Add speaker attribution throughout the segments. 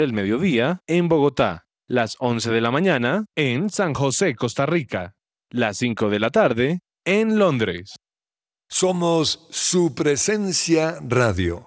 Speaker 1: del mediodía en Bogotá, las 11 de la mañana en San José, Costa Rica, las 5 de la tarde en Londres.
Speaker 2: Somos su presencia radio.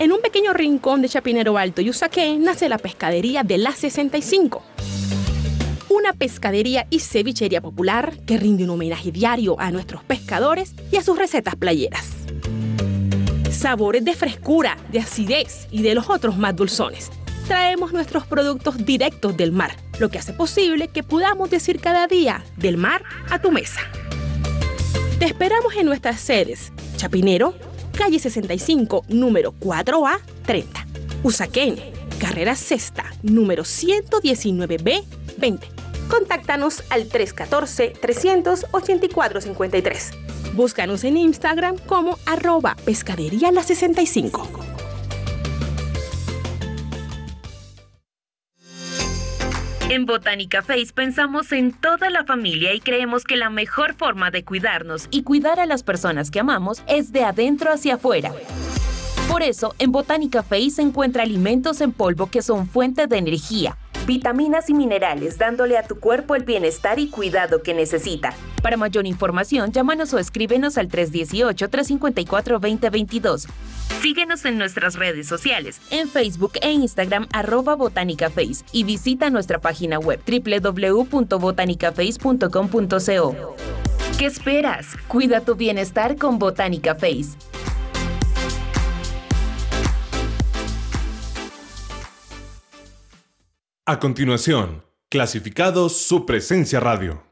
Speaker 3: En un pequeño rincón de Chapinero Alto y Usaquén nace la pescadería de la 65. Una pescadería y cevichería popular que rinde un homenaje diario a nuestros pescadores y a sus recetas playeras. Sabores de frescura, de acidez y de los otros más dulzones. Traemos nuestros productos directos del mar, lo que hace posible que podamos decir cada día del mar a tu mesa. Te esperamos en nuestras sedes, Chapinero, calle 65, número 4A 30. Usaquén, carrera sexta, número 119B 20. Contáctanos al 314-384-53. Búscanos en Instagram como arroba pescadería la 65.
Speaker 4: En Botánica Face pensamos en toda la familia y creemos que la mejor forma de cuidarnos y cuidar a las personas que amamos es de adentro hacia afuera. Por eso, en Botánica Face se encuentra alimentos en polvo que son fuente de energía, vitaminas y minerales, dándole a tu cuerpo el bienestar y cuidado que necesita. Para mayor información, llámanos o escríbenos al 318-354-2022. Síguenos en nuestras redes sociales, en Facebook e Instagram, arroba botanicaface, y visita nuestra página web www.botanicaface.com.co. ¿Qué esperas? Cuida tu bienestar con Botánica Face.
Speaker 1: A continuación, clasificados su presencia radio.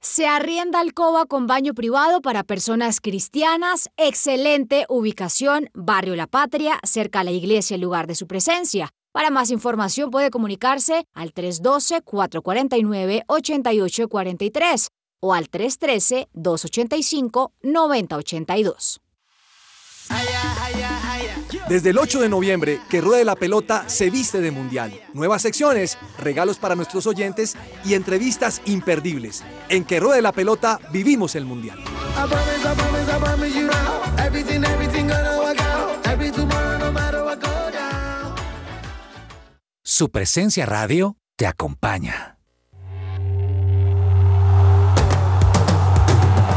Speaker 5: Se arrienda alcoba con baño privado para personas cristianas. Excelente ubicación, Barrio La Patria, cerca a la iglesia, el lugar de su presencia. Para más información puede comunicarse al 312-449-8843 o al 313-285-9082.
Speaker 6: Desde el 8 de noviembre, que Ruede la Pelota se viste de mundial. Nuevas secciones, regalos para nuestros oyentes y entrevistas imperdibles. En Que Ruede la Pelota vivimos el mundial.
Speaker 7: Su presencia radio te acompaña.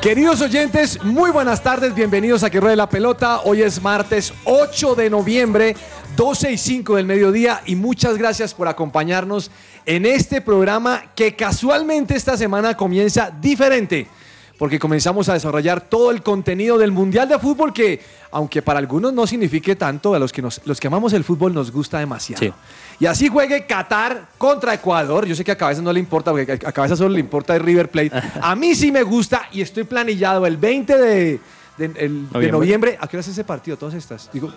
Speaker 6: Queridos oyentes, muy buenas tardes, bienvenidos a Que Ruede la Pelota. Hoy es martes 8 de noviembre, 12 y 5 del mediodía y muchas gracias por acompañarnos en este programa que casualmente esta semana comienza diferente. porque comenzamos a desarrollar todo el contenido del Mundial de Fútbol que, aunque para algunos no signifique tanto, a los que, nos, los que amamos el fútbol nos gusta demasiado. Y así juegue Qatar contra Ecuador. Yo sé que a Cabeza no le importa, porque a a Cabeza solo le importa el River Plate. A mí sí me gusta y estoy planillado el 20 de, de- el- de
Speaker 8: Noviembre.
Speaker 6: noviembre. ¿A qué hora es ese partido? Todas estas. Digo,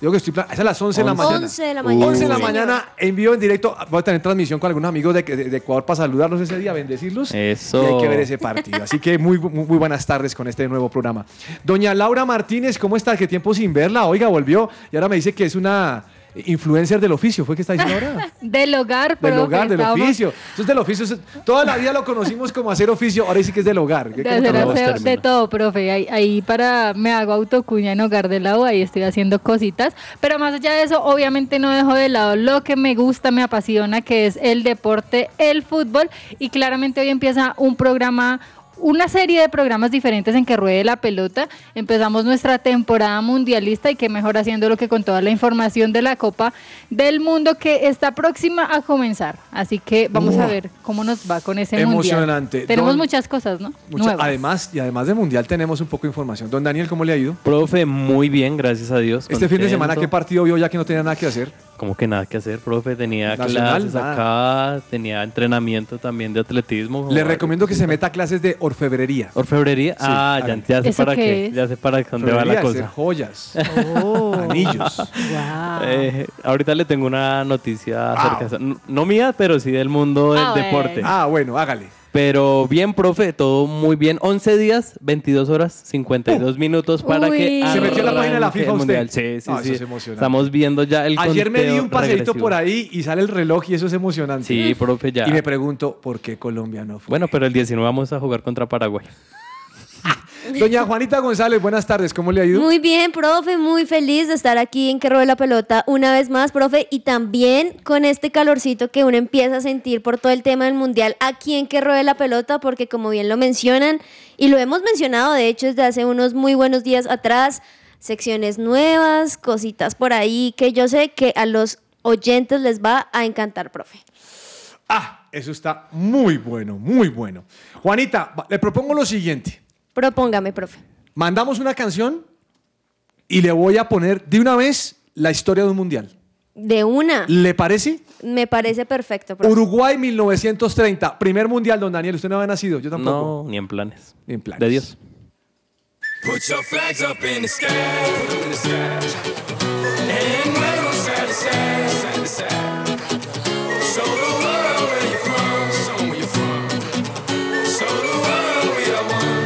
Speaker 6: digo que estoy plan- es a las 11 de la mañana.
Speaker 5: 11 de la mañana.
Speaker 6: 11 de la
Speaker 5: Uy.
Speaker 6: mañana, en vivo, en directo. Voy a tener transmisión con algunos amigos de, de- de Ecuador para saludarlos ese día, bendecirlos.
Speaker 9: Eso.
Speaker 6: Y hay que ver ese partido. Así que muy, muy, muy buenas tardes con este nuevo programa. Doña Laura Martínez, ¿cómo está? ¿Qué tiempo sin verla? Oiga, volvió y ahora me dice que es una influencer del oficio. ¿Fue que está diciendo ahora?
Speaker 10: Del hogar,
Speaker 6: Del
Speaker 10: profe,
Speaker 6: hogar, del
Speaker 10: estábamos-
Speaker 6: oficio. Eso es del oficio. eso es- toda la vida lo conocimos como hacer oficio, ahora sí que es del hogar. ¿Qué-
Speaker 10: De,
Speaker 6: cómo
Speaker 10: hacer
Speaker 6: cambiaron los
Speaker 10: aseo,
Speaker 6: términos?
Speaker 10: de todo, profe. Ahí, ahí para me hago autocuña en hogar de lado, ahí estoy haciendo cositas. Pero más allá de eso, obviamente no dejo de lado lo que me gusta, me apasiona, que es el deporte, el fútbol. Y claramente hoy empieza un programa. Una serie de programas diferentes en que ruede la pelota. Empezamos nuestra temporada mundialista y qué mejor haciéndolo que con toda la información de la Copa del Mundo que está próxima a comenzar. Así que vamos a
Speaker 6: Buah.
Speaker 10: ver cómo nos va con ese
Speaker 6: Emocionante.
Speaker 10: mundial. Tenemos
Speaker 6: Don-
Speaker 10: muchas cosas, ¿no?
Speaker 6: Mucha-
Speaker 10: Nuevas.
Speaker 6: además, y además de Mundial tenemos un poco de información. Don Daniel, ¿cómo le ha ido?
Speaker 9: Profe, muy bien, gracias a Dios.
Speaker 6: Este fin de semana, ¿qué
Speaker 9: contento.
Speaker 6: partido vio ya que no tenía nada que hacer?
Speaker 9: Como que nada que hacer, profe. Tenía
Speaker 6: Nacional,
Speaker 9: clases acá, tenía entrenamiento también de atletismo.
Speaker 6: Le recomiendo que se meta a clases de orfebrería.
Speaker 9: ¿Orfebrería? ah, ya,
Speaker 6: hágale.
Speaker 9: ya sé para qué, ya sé para dónde va la
Speaker 6: Orfebrería, hacer
Speaker 9: cosa.
Speaker 6: joyas, anillos.
Speaker 9: Eh, ahorita le tengo una noticia acerca de eso. N- No mía, pero sí del mundo del
Speaker 6: Ah, bueno.
Speaker 9: deporte.
Speaker 6: Ah, bueno, hágale.
Speaker 9: Pero bien, profe, todo muy bien. 11 días, 22 horas, 52 minutos para
Speaker 6: Uy.
Speaker 9: que.
Speaker 6: Se metió en la página de la
Speaker 9: arranque
Speaker 6: Uh.
Speaker 9: el
Speaker 6: FIFA usted.
Speaker 9: Mundial. Sí, sí,
Speaker 6: No, eso
Speaker 9: sí.
Speaker 6: es emocionante.
Speaker 9: Estamos viendo ya el
Speaker 6: Ayer me di
Speaker 9: conteo
Speaker 6: un paseíto
Speaker 9: regresivo.
Speaker 6: por ahí y sale el reloj y eso es emocionante.
Speaker 9: Sí, profe, ya.
Speaker 6: Y me pregunto, ¿por qué Colombia no fue?
Speaker 9: Bueno, pero el 19 vamos a jugar contra Paraguay.
Speaker 6: Doña Juanita González, buenas tardes, ¿cómo le ha ido?
Speaker 11: Muy bien, profe, muy feliz de estar aquí en Que Robe la Pelota una vez más, profe, y también con este calorcito que uno empieza a sentir por todo el tema del Mundial aquí en Que Robe la Pelota, porque como bien lo mencionan, y lo hemos mencionado de hecho desde hace unos muy buenos días atrás, secciones nuevas, cositas por ahí, que yo sé que a los oyentes les va a encantar, profe.
Speaker 6: Eso está muy bueno, muy bueno. Juanita, va- le propongo lo siguiente.
Speaker 11: Propóngame, profe.
Speaker 6: Mandamos una canción y le voy a poner de una vez la historia de un mundial.
Speaker 11: De una,
Speaker 6: ¿Le parece?
Speaker 11: me parece perfecto, profe.
Speaker 6: Uruguay 1930, primer mundial, don Daniel. Usted no había nacido, yo tampoco.
Speaker 9: No, ni en planes.
Speaker 6: Ni en planes.
Speaker 9: De Dios.
Speaker 7: Put your flags up in the sky. Put them in the sky. And wave 'em side to side, side to side. Show the world where you're from, show 'em where you're from. Show the world we are one.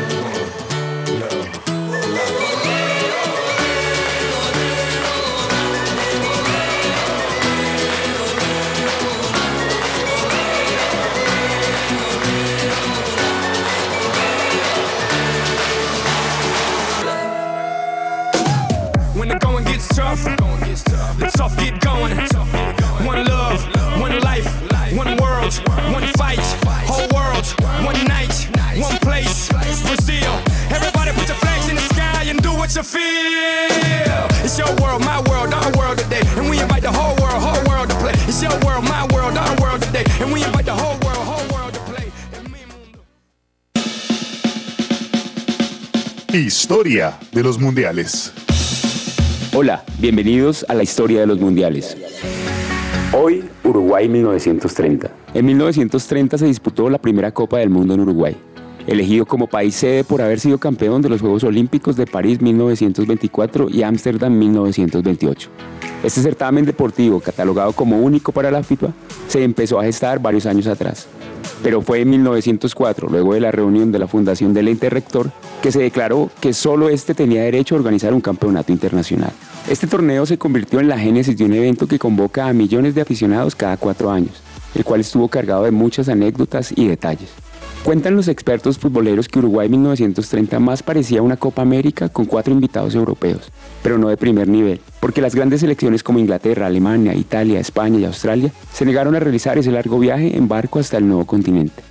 Speaker 7: When the going gets tough, the tough get going. One love, one life, one world, one fight, whole world, one night, one place, Brazil. Everybody put your flags in the sky and do what you feel. It's your world, my world, our world today. And we invite the whole world, whole world to play. It's your world, my world, our world today. And we invite the whole world, whole world to play.
Speaker 12: Historia de los mundiales.
Speaker 13: Hola, bienvenidos a la historia de los mundiales. Hoy, Uruguay 1930. En 1930 se disputó la primera Copa del Mundo en Uruguay, elegido como país sede por haber sido campeón de los Juegos Olímpicos de París 1924 y Ámsterdam 1928. Este certamen deportivo, catalogado como único para la FIFA, se empezó a gestar varios años atrás. Pero fue en 1904, luego de la reunión de la Fundación del Ente Rector, que se declaró que solo este tenía derecho a organizar un campeonato internacional. Este torneo se convirtió en la génesis de un evento que convoca a millones de aficionados cada cuatro años, el cual estuvo cargado de muchas anécdotas y detalles. Cuentan los expertos futboleros que Uruguay 1930 más parecía una Copa América con cuatro invitados europeos, pero no de primer nivel, porque las grandes selecciones como Inglaterra, Alemania, Italia, España y Australia se negaron a realizar ese largo viaje en barco hasta el nuevo continente.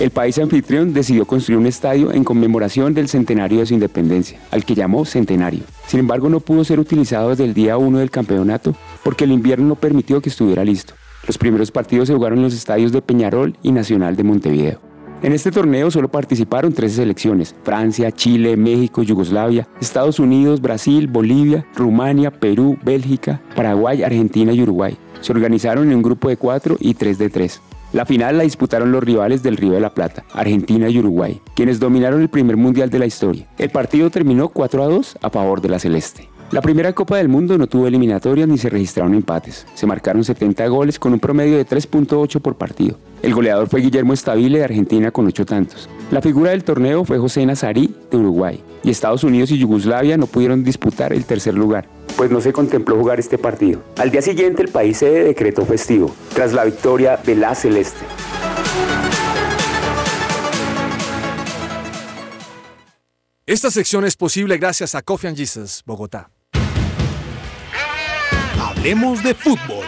Speaker 13: El país anfitrión decidió construir un estadio en conmemoración del centenario de su independencia, al que llamó Centenario. Sin embargo, no pudo ser utilizado desde el día 1 del campeonato porque el invierno no permitió que estuviera listo. Los primeros partidos se jugaron en los estadios de Peñarol y Nacional de Montevideo. En este torneo solo participaron 13 selecciones, Francia, Chile, México, Yugoslavia, Estados Unidos, Brasil, Bolivia, Rumania, Perú, Bélgica, Paraguay, Argentina y Uruguay. Se organizaron en un grupo de 4 y 3 de 3. La final la disputaron los rivales del Río de la Plata, Argentina y Uruguay, quienes dominaron el primer mundial de la historia. El partido terminó 4 a 2 a favor de la Celeste. La primera Copa del Mundo no tuvo eliminatorias ni se registraron empates. Se marcaron 70 goles con un promedio de 3.8 por partido. El goleador fue Guillermo Estabile de Argentina con 8 tantos. La figura del torneo fue José Nazarí de Uruguay. Y Estados Unidos y Yugoslavia no pudieron disputar el tercer lugar, pues no se contempló jugar este partido. Al día siguiente el país se decretó festivo, tras la victoria de la Celeste.
Speaker 6: Esta sección es posible gracias a Coffee and Jesus, Bogotá.
Speaker 8: Hablemos de fútbol.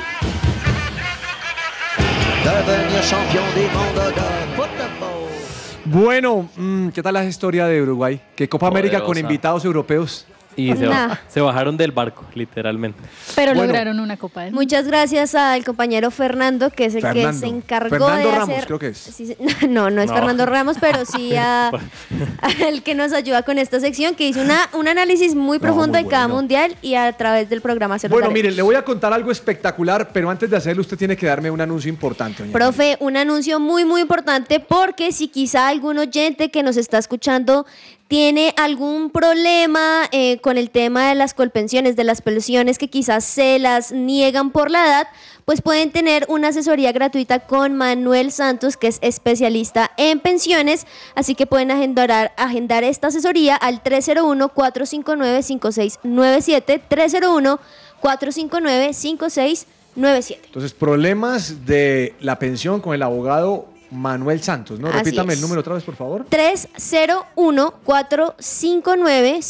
Speaker 6: Bueno, mm, ¿qué tal la historia de Uruguay? Que Copa América con
Speaker 9: Poderosa.
Speaker 6: invitados europeos.
Speaker 9: Y se, ba-
Speaker 11: Nah.
Speaker 9: se bajaron del barco, literalmente.
Speaker 11: Pero
Speaker 6: Bueno.
Speaker 11: lograron una copa. Muchas gracias al compañero Fernando, que es el que
Speaker 9: Fernando.
Speaker 11: se encargó
Speaker 9: Fernando
Speaker 11: de
Speaker 9: Ramos,
Speaker 11: hacer.
Speaker 9: creo que es.
Speaker 11: Sí, sí. no, no es
Speaker 9: No.
Speaker 11: Fernando Ramos, pero sí a, al que nos ayuda con esta sección, que hizo una, un análisis muy
Speaker 6: No,
Speaker 11: profundo
Speaker 6: muy
Speaker 11: de cada
Speaker 6: bueno.
Speaker 11: mundial y a través del programa se lo
Speaker 6: Bueno,
Speaker 11: daré.
Speaker 6: miren, le voy a contar algo espectacular, pero antes de hacerlo usted tiene que darme un anuncio importante. doña
Speaker 11: Profe, un anuncio muy, muy importante porque si quizá algún oyente que nos está escuchando tiene algún problema eh, con el tema de las colpensiones, de las pensiones que quizás se las niegan por la edad, pues pueden tener una asesoría gratuita con Manuel Santos, que es especialista en pensiones. Así que pueden agendar, agendar esta asesoría al 301-459-5697. 301-459-5697.
Speaker 6: Entonces, problemas de la pensión con el abogado Manuel Santos, ¿no?
Speaker 11: Así
Speaker 6: Repítame
Speaker 11: es.
Speaker 6: el número otra vez, por favor.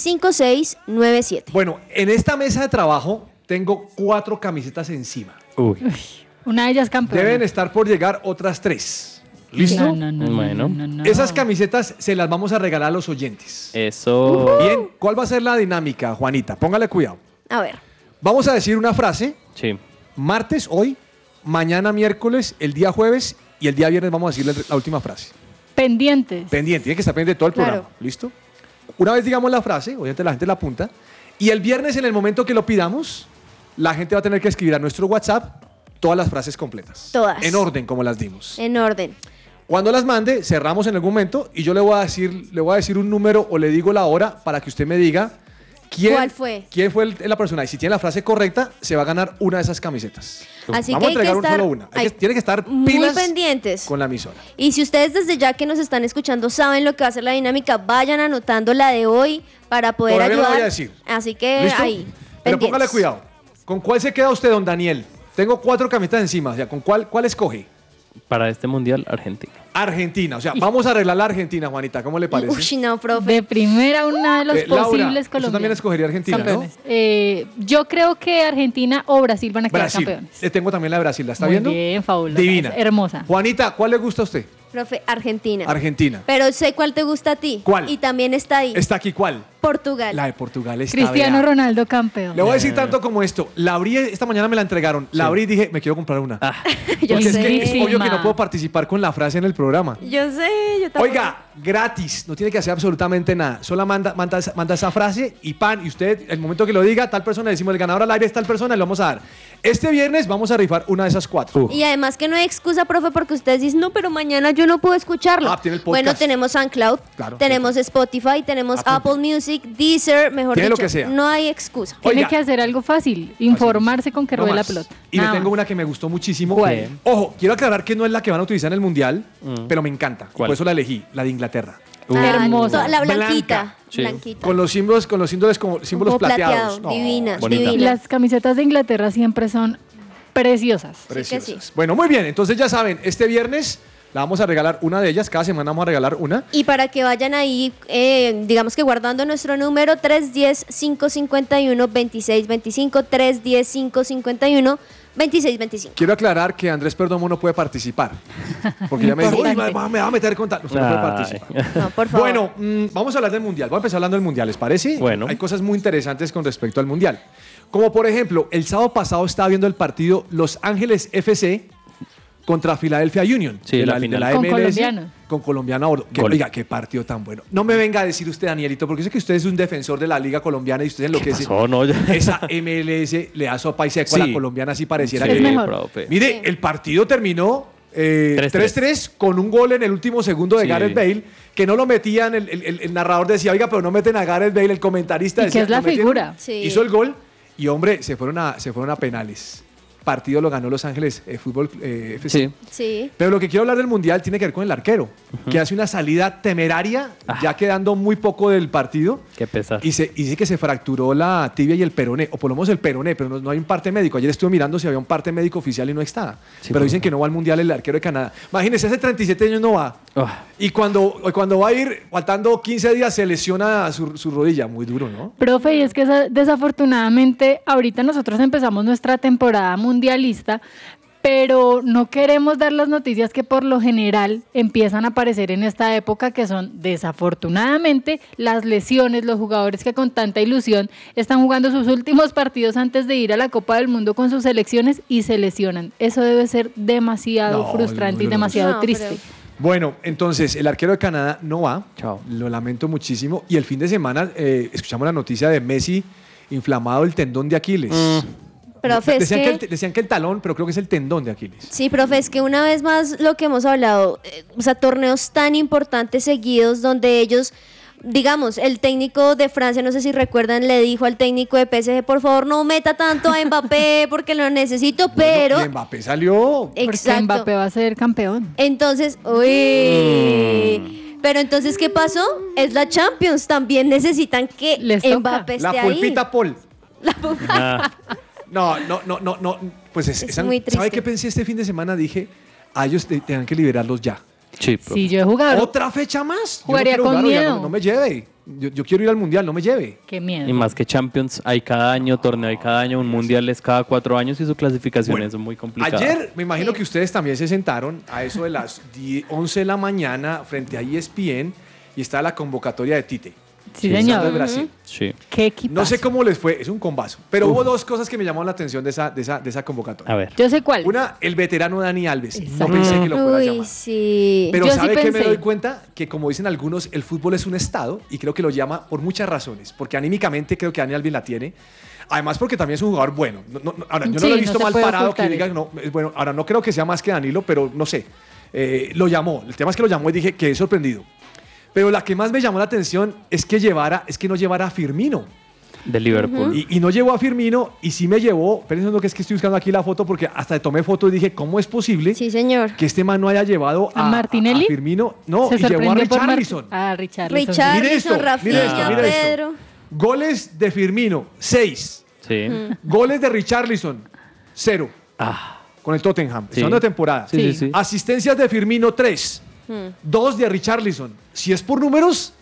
Speaker 11: 301-459-5697.
Speaker 6: Bueno, en esta mesa de trabajo tengo cuatro camisetas encima.
Speaker 10: Una de ellas campeona.
Speaker 6: Deben estar por llegar otras tres. ¿Listo?
Speaker 10: No, no, no, no,
Speaker 9: Bueno.
Speaker 10: no, no.
Speaker 6: Esas camisetas se las vamos a regalar a los oyentes.
Speaker 9: Eso.
Speaker 6: Bien, ¿cuál va a ser la dinámica, Juanita? Póngale cuidado.
Speaker 11: A ver.
Speaker 6: Vamos a decir una frase.
Speaker 9: Sí.
Speaker 6: Martes, hoy, mañana, miércoles, el día jueves y el día viernes vamos a decir la- la última frase.
Speaker 10: Pendientes.
Speaker 6: Pendiente, tiene que estar pendiente de todo el
Speaker 10: Claro.
Speaker 6: programa. ¿Listo? Una vez digamos la frase, obviamente la gente la apunta, y el viernes en el momento que lo pidamos, la gente va a tener que escribir a nuestro WhatsApp todas las frases completas.
Speaker 11: Todas.
Speaker 6: En orden como las dimos.
Speaker 11: En orden.
Speaker 6: Cuando las mande, cerramos en algún momento y yo le voy a decir, le voy a decir un número o le digo la hora para que usted me diga quién
Speaker 11: ¿Cuál fue?
Speaker 6: quién fue el- la persona. Y si tiene la frase correcta, se va a ganar una de esas camisetas. Vamos
Speaker 11: Así que hay
Speaker 6: a
Speaker 11: que
Speaker 6: entregar un-
Speaker 11: estar-
Speaker 6: solo una. Hay que-
Speaker 11: hay-
Speaker 6: tiene que estar
Speaker 11: Muy
Speaker 6: pilas
Speaker 11: pendientes.
Speaker 6: con la emisora.
Speaker 11: Y si ustedes desde ya que nos están escuchando saben lo que va a ser la dinámica, vayan anotando la de hoy para poder
Speaker 6: Todavía no
Speaker 11: ayudar.
Speaker 6: voy a decir.
Speaker 11: Así que
Speaker 6: ¿Listo?
Speaker 11: Eh, ahí.
Speaker 6: Pero
Speaker 11: pendientes.
Speaker 6: póngale cuidado. ¿Con cuál se queda usted, don Daniel? Tengo cuatro camisetas encima. O sea, ¿con cuál, cuál escoge?
Speaker 9: Para este mundial, Argentina.
Speaker 6: Argentina. O sea, vamos a arreglar la Argentina, Juanita. ¿Cómo le parece?
Speaker 11: Uy, no, profe.
Speaker 10: De primera, una de los
Speaker 6: Eh, Laura,
Speaker 10: posibles
Speaker 6: usted también
Speaker 10: colombianos.
Speaker 6: escogería Argentina, ¿no?
Speaker 10: Campeones. Eh, yo creo que Argentina o Brasil van a quedar
Speaker 6: Brasil.
Speaker 10: campeones.
Speaker 6: Le tengo también la de Brasil. ¿La está
Speaker 10: Muy
Speaker 6: viendo?
Speaker 10: bien, fabulosa.
Speaker 6: Divina.
Speaker 10: Es hermosa.
Speaker 6: Juanita, ¿cuál le gusta a usted?
Speaker 11: Profe, Argentina.
Speaker 6: Argentina.
Speaker 11: Pero sé cuál te gusta a ti.
Speaker 6: ¿Cuál?
Speaker 11: Y también está ahí.
Speaker 6: ¿Está aquí cuál?
Speaker 11: Portugal.
Speaker 6: La de Portugal está
Speaker 10: Cristiano
Speaker 6: brava.
Speaker 10: Ronaldo campeón.
Speaker 6: Le voy a
Speaker 11: Ah.
Speaker 6: decir tanto como esto. La abrí, esta mañana me la entregaron. La abrí y dije, me quiero comprar una.
Speaker 11: Yo
Speaker 6: Porque es que es
Speaker 11: sé.
Speaker 6: obvio que no puedo participar con la frase en el programa.
Speaker 11: Yo sé, yo también.
Speaker 6: Oiga, gratis, no tiene que hacer absolutamente nada. Solo manda, manda, esa- manda esa frase y pan. Y usted, el momento que lo diga, tal persona, le decimos el ganador al aire es tal persona y lo vamos a dar. Este viernes vamos a rifar una de esas cuatro.
Speaker 11: Y además que no hay excusa, profe, porque ustedes dicen, no, pero mañana yo no puedo escucharlo.
Speaker 6: Ah, tiene el podcast.
Speaker 11: bueno, tenemos SoundCloud,
Speaker 6: Claro.
Speaker 11: tenemos Spotify, tenemos Apple Music, Deezer, mejor
Speaker 6: Tiene lo
Speaker 11: dicho,
Speaker 6: que sea.
Speaker 11: no hay excusa.
Speaker 6: Tiene Oiga. que
Speaker 10: hacer algo fácil, informarse con que
Speaker 6: No
Speaker 10: ruede la
Speaker 6: más.
Speaker 10: pelota.
Speaker 6: Y le
Speaker 10: Nada
Speaker 6: tengo
Speaker 10: más.
Speaker 6: una que me gustó muchísimo.
Speaker 10: ¿Cuál?
Speaker 6: Ojo, quiero aclarar que no es la que van a utilizar en el Mundial, pero me encanta. Y
Speaker 9: Mm. ¿Cuál?
Speaker 6: Por eso la elegí, la de Inglaterra.
Speaker 11: Ah, to- La blanquita,
Speaker 6: Blanca.
Speaker 9: Sí.
Speaker 11: blanquita.
Speaker 6: Con los símbolos, con los símbolos como símbolos
Speaker 11: Como plateado,
Speaker 6: plateados. No,
Speaker 11: divina,
Speaker 6: bonita.
Speaker 11: divina.
Speaker 10: Las camisetas de Inglaterra siempre son preciosas.
Speaker 6: Preciosas. Bueno, muy bien. Entonces ya saben, este viernes la vamos a regalar una de ellas. Cada semana vamos a regalar una.
Speaker 11: Y para que vayan ahí, eh, digamos que guardando nuestro número 310-551-2625, 310-551-2625.
Speaker 6: Quiero aclarar que Andrés Perdomo no puede participar. Porque ya me dijo, uy, me
Speaker 11: Importante.
Speaker 6: va me va a meter con tal. Usted no puede
Speaker 9: Ay.
Speaker 6: participar.
Speaker 11: No, por favor.
Speaker 6: Bueno, mm, vamos a hablar del Mundial. Voy a empezar hablando del Mundial, ¿les parece? Bueno. Hay cosas muy interesantes con respecto al Mundial. Como por ejemplo, el sábado pasado estaba viendo el partido Los Ángeles FC contra Philadelphia Union.
Speaker 9: Sí,
Speaker 6: de
Speaker 9: la
Speaker 6: la, de
Speaker 9: final.
Speaker 6: la
Speaker 9: Con
Speaker 6: MLS,
Speaker 9: colombiano.
Speaker 6: Con colombiano a bordo. Que,
Speaker 9: Gol.
Speaker 6: oiga, qué partido tan bueno. No me venga a decir usted, Danielito, porque yo sé que usted es un defensor de la liga colombiana y usted enloquece.
Speaker 9: pasó? No, ya.
Speaker 6: Esa MLS le da sopa y seco a
Speaker 9: Sí.
Speaker 6: la colombiana, así pareciera
Speaker 9: Sí,
Speaker 6: que
Speaker 9: Es mejor. profe.
Speaker 6: Mire, el partido terminó eh,
Speaker 9: 3-3.
Speaker 6: 3-3 con un gol en el último segundo de
Speaker 9: Sí.
Speaker 6: Gareth Bale, que no lo metían. El, el- el- el narrador decía, oiga, pero no meten a Gareth Bale, el comentarista.
Speaker 10: Y que
Speaker 6: decía,
Speaker 10: es la
Speaker 6: "No metieron".
Speaker 10: figura. Sí.
Speaker 6: Hizo el gol y, hombre, se fueron a, se fueron a penales. Partido lo ganó Los Ángeles eh, Fútbol eh, FC.
Speaker 11: Sí.
Speaker 6: Pero lo que quiero hablar del Mundial tiene que ver con el arquero, que hace una salida temeraria, ya quedando muy poco del partido.
Speaker 9: Qué pesar.
Speaker 6: Y, se, y dice que se fracturó la tibia y el peroné, o por lo menos el peroné, pero no, no hay un parte médico. Ayer estuve mirando si había un parte médico oficial y no está. pero dicen que no va al Mundial el arquero de Canadá. Imagínense, hace 37 años no va.
Speaker 9: Ah.
Speaker 6: Y cuando, cuando va a ir, faltando 15 días, se lesiona su, su rodilla. Muy duro, ¿no?
Speaker 10: Profe, y es que esa- desafortunadamente ahorita nosotros empezamos nuestra temporada mundialista, pero no queremos dar las noticias que por lo general empiezan a aparecer en esta época, que son desafortunadamente las lesiones, los jugadores que con tanta ilusión están jugando sus últimos partidos antes de ir a la Copa del Mundo con sus selecciones y se lesionan. Eso debe ser demasiado
Speaker 6: No,
Speaker 10: frustrante y
Speaker 6: duro.
Speaker 10: demasiado
Speaker 6: No,
Speaker 10: triste.
Speaker 6: Bueno, entonces el arquero de Canadá no va. Lo lamento muchísimo. Y el fin de semana eh, escuchamos la noticia de Messi inflamado el tendón de Aquiles.
Speaker 11: Profe, es
Speaker 6: decían, que...
Speaker 11: que-
Speaker 6: el, te- decían que el talón, pero creo que es el tendón de Aquiles.
Speaker 11: Sí, profe, es que una vez más lo que hemos hablado, eh, o sea, torneos tan importantes seguidos donde ellos, digamos, el técnico de Francia, no sé si recuerdan, le dijo al técnico de PSG, por favor, no meta tanto a Mbappé porque lo necesito, pero...
Speaker 6: Y Mbappé salió.
Speaker 11: Exacto.
Speaker 10: Porque Mbappé va a ser campeón.
Speaker 11: Entonces, uy.
Speaker 6: Mm.
Speaker 11: Pero entonces, ¿qué pasó? Es la Champions, también necesitan que Mbappé esté
Speaker 6: La
Speaker 11: ahí.
Speaker 6: pulpita Paul. No, no, no, no, no. Pues es,
Speaker 11: Es
Speaker 6: esa-
Speaker 11: muy
Speaker 6: ¿Sabe
Speaker 11: triste.
Speaker 6: qué pensé este fin de semana? Dije, a ellos te- tengan que liberarlos ya.
Speaker 9: Sí,
Speaker 10: Si yo he jugado.
Speaker 6: ¿Otra fecha más? Yo no
Speaker 10: Jugaría
Speaker 6: quiero
Speaker 10: con
Speaker 6: jugar, oiga,
Speaker 10: miedo.
Speaker 6: no, no me lleve. Yo, yo quiero ir al mundial, no me lleve.
Speaker 10: Qué miedo.
Speaker 9: Y más que Champions, hay cada año, torneo hay cada año, un mundial es cada cuatro años y su clasificación es muy complicada.
Speaker 6: Ayer me imagino que ustedes también se sentaron a eso de las 10, 11 de la mañana frente a E ESPN y está la convocatoria de Tite.
Speaker 10: Sí,
Speaker 6: Pensando
Speaker 10: señor.
Speaker 6: en Brasil.
Speaker 9: Sí.
Speaker 10: ¿Qué equipo?
Speaker 6: No sé cómo les fue, es un combazo. Pero hubo dos cosas que me llamaron la atención de esa, de esa, de esa convocatoria.
Speaker 9: A ver.
Speaker 10: Yo sé cuál.
Speaker 6: Una, el veterano Dani Alves. No pensé que lo fuera a
Speaker 11: Uy,
Speaker 6: llamar.
Speaker 11: sí.
Speaker 6: Pero ¿sabe qué me doy cuenta? Que como dicen algunos, el fútbol es un estado y creo que lo llama por muchas razones. Porque anímicamente creo que Dani Alves la tiene. Además porque también es un jugador bueno. No, no, no, ahora, yo no
Speaker 10: Sí,
Speaker 6: lo
Speaker 10: no
Speaker 6: he visto
Speaker 10: se
Speaker 6: mal
Speaker 10: puede
Speaker 6: parado que
Speaker 10: ocultar
Speaker 6: diga, no, es bueno, ahora no creo que sea más que Danilo, pero no sé. Eh, lo llamó. El tema es que lo llamó y dije que he sorprendido. Pero la que más me llamó la atención es que llevara, es que no llevara a Firmino.
Speaker 9: De Liverpool.
Speaker 6: Y, y no llevó a Firmino y sí me llevó, pero eso es lo que es que estoy buscando aquí la foto porque hasta tomé foto y dije, ¿cómo es posible que este man no haya llevado a,
Speaker 10: ¿A Martinelli?
Speaker 6: a Firmino? No, y llevó a
Speaker 10: Mar-
Speaker 6: Richarlison.
Speaker 10: Ah, Richarlison.
Speaker 11: Richarlison,
Speaker 6: Mire esto, mire esto,
Speaker 11: Rafinha,
Speaker 6: mire esto.
Speaker 11: Pedro.
Speaker 6: Goles de Firmino, 6.
Speaker 9: Sí.
Speaker 6: Goles de Richarlison, 0. Con el Tottenham,
Speaker 9: Ah. Sí.
Speaker 6: segunda temporada.
Speaker 9: Sí, sí, Sí. sí.
Speaker 6: Asistencias de Firmino, 3.
Speaker 10: Mm.
Speaker 6: 2 de Richarlison. Si es por números,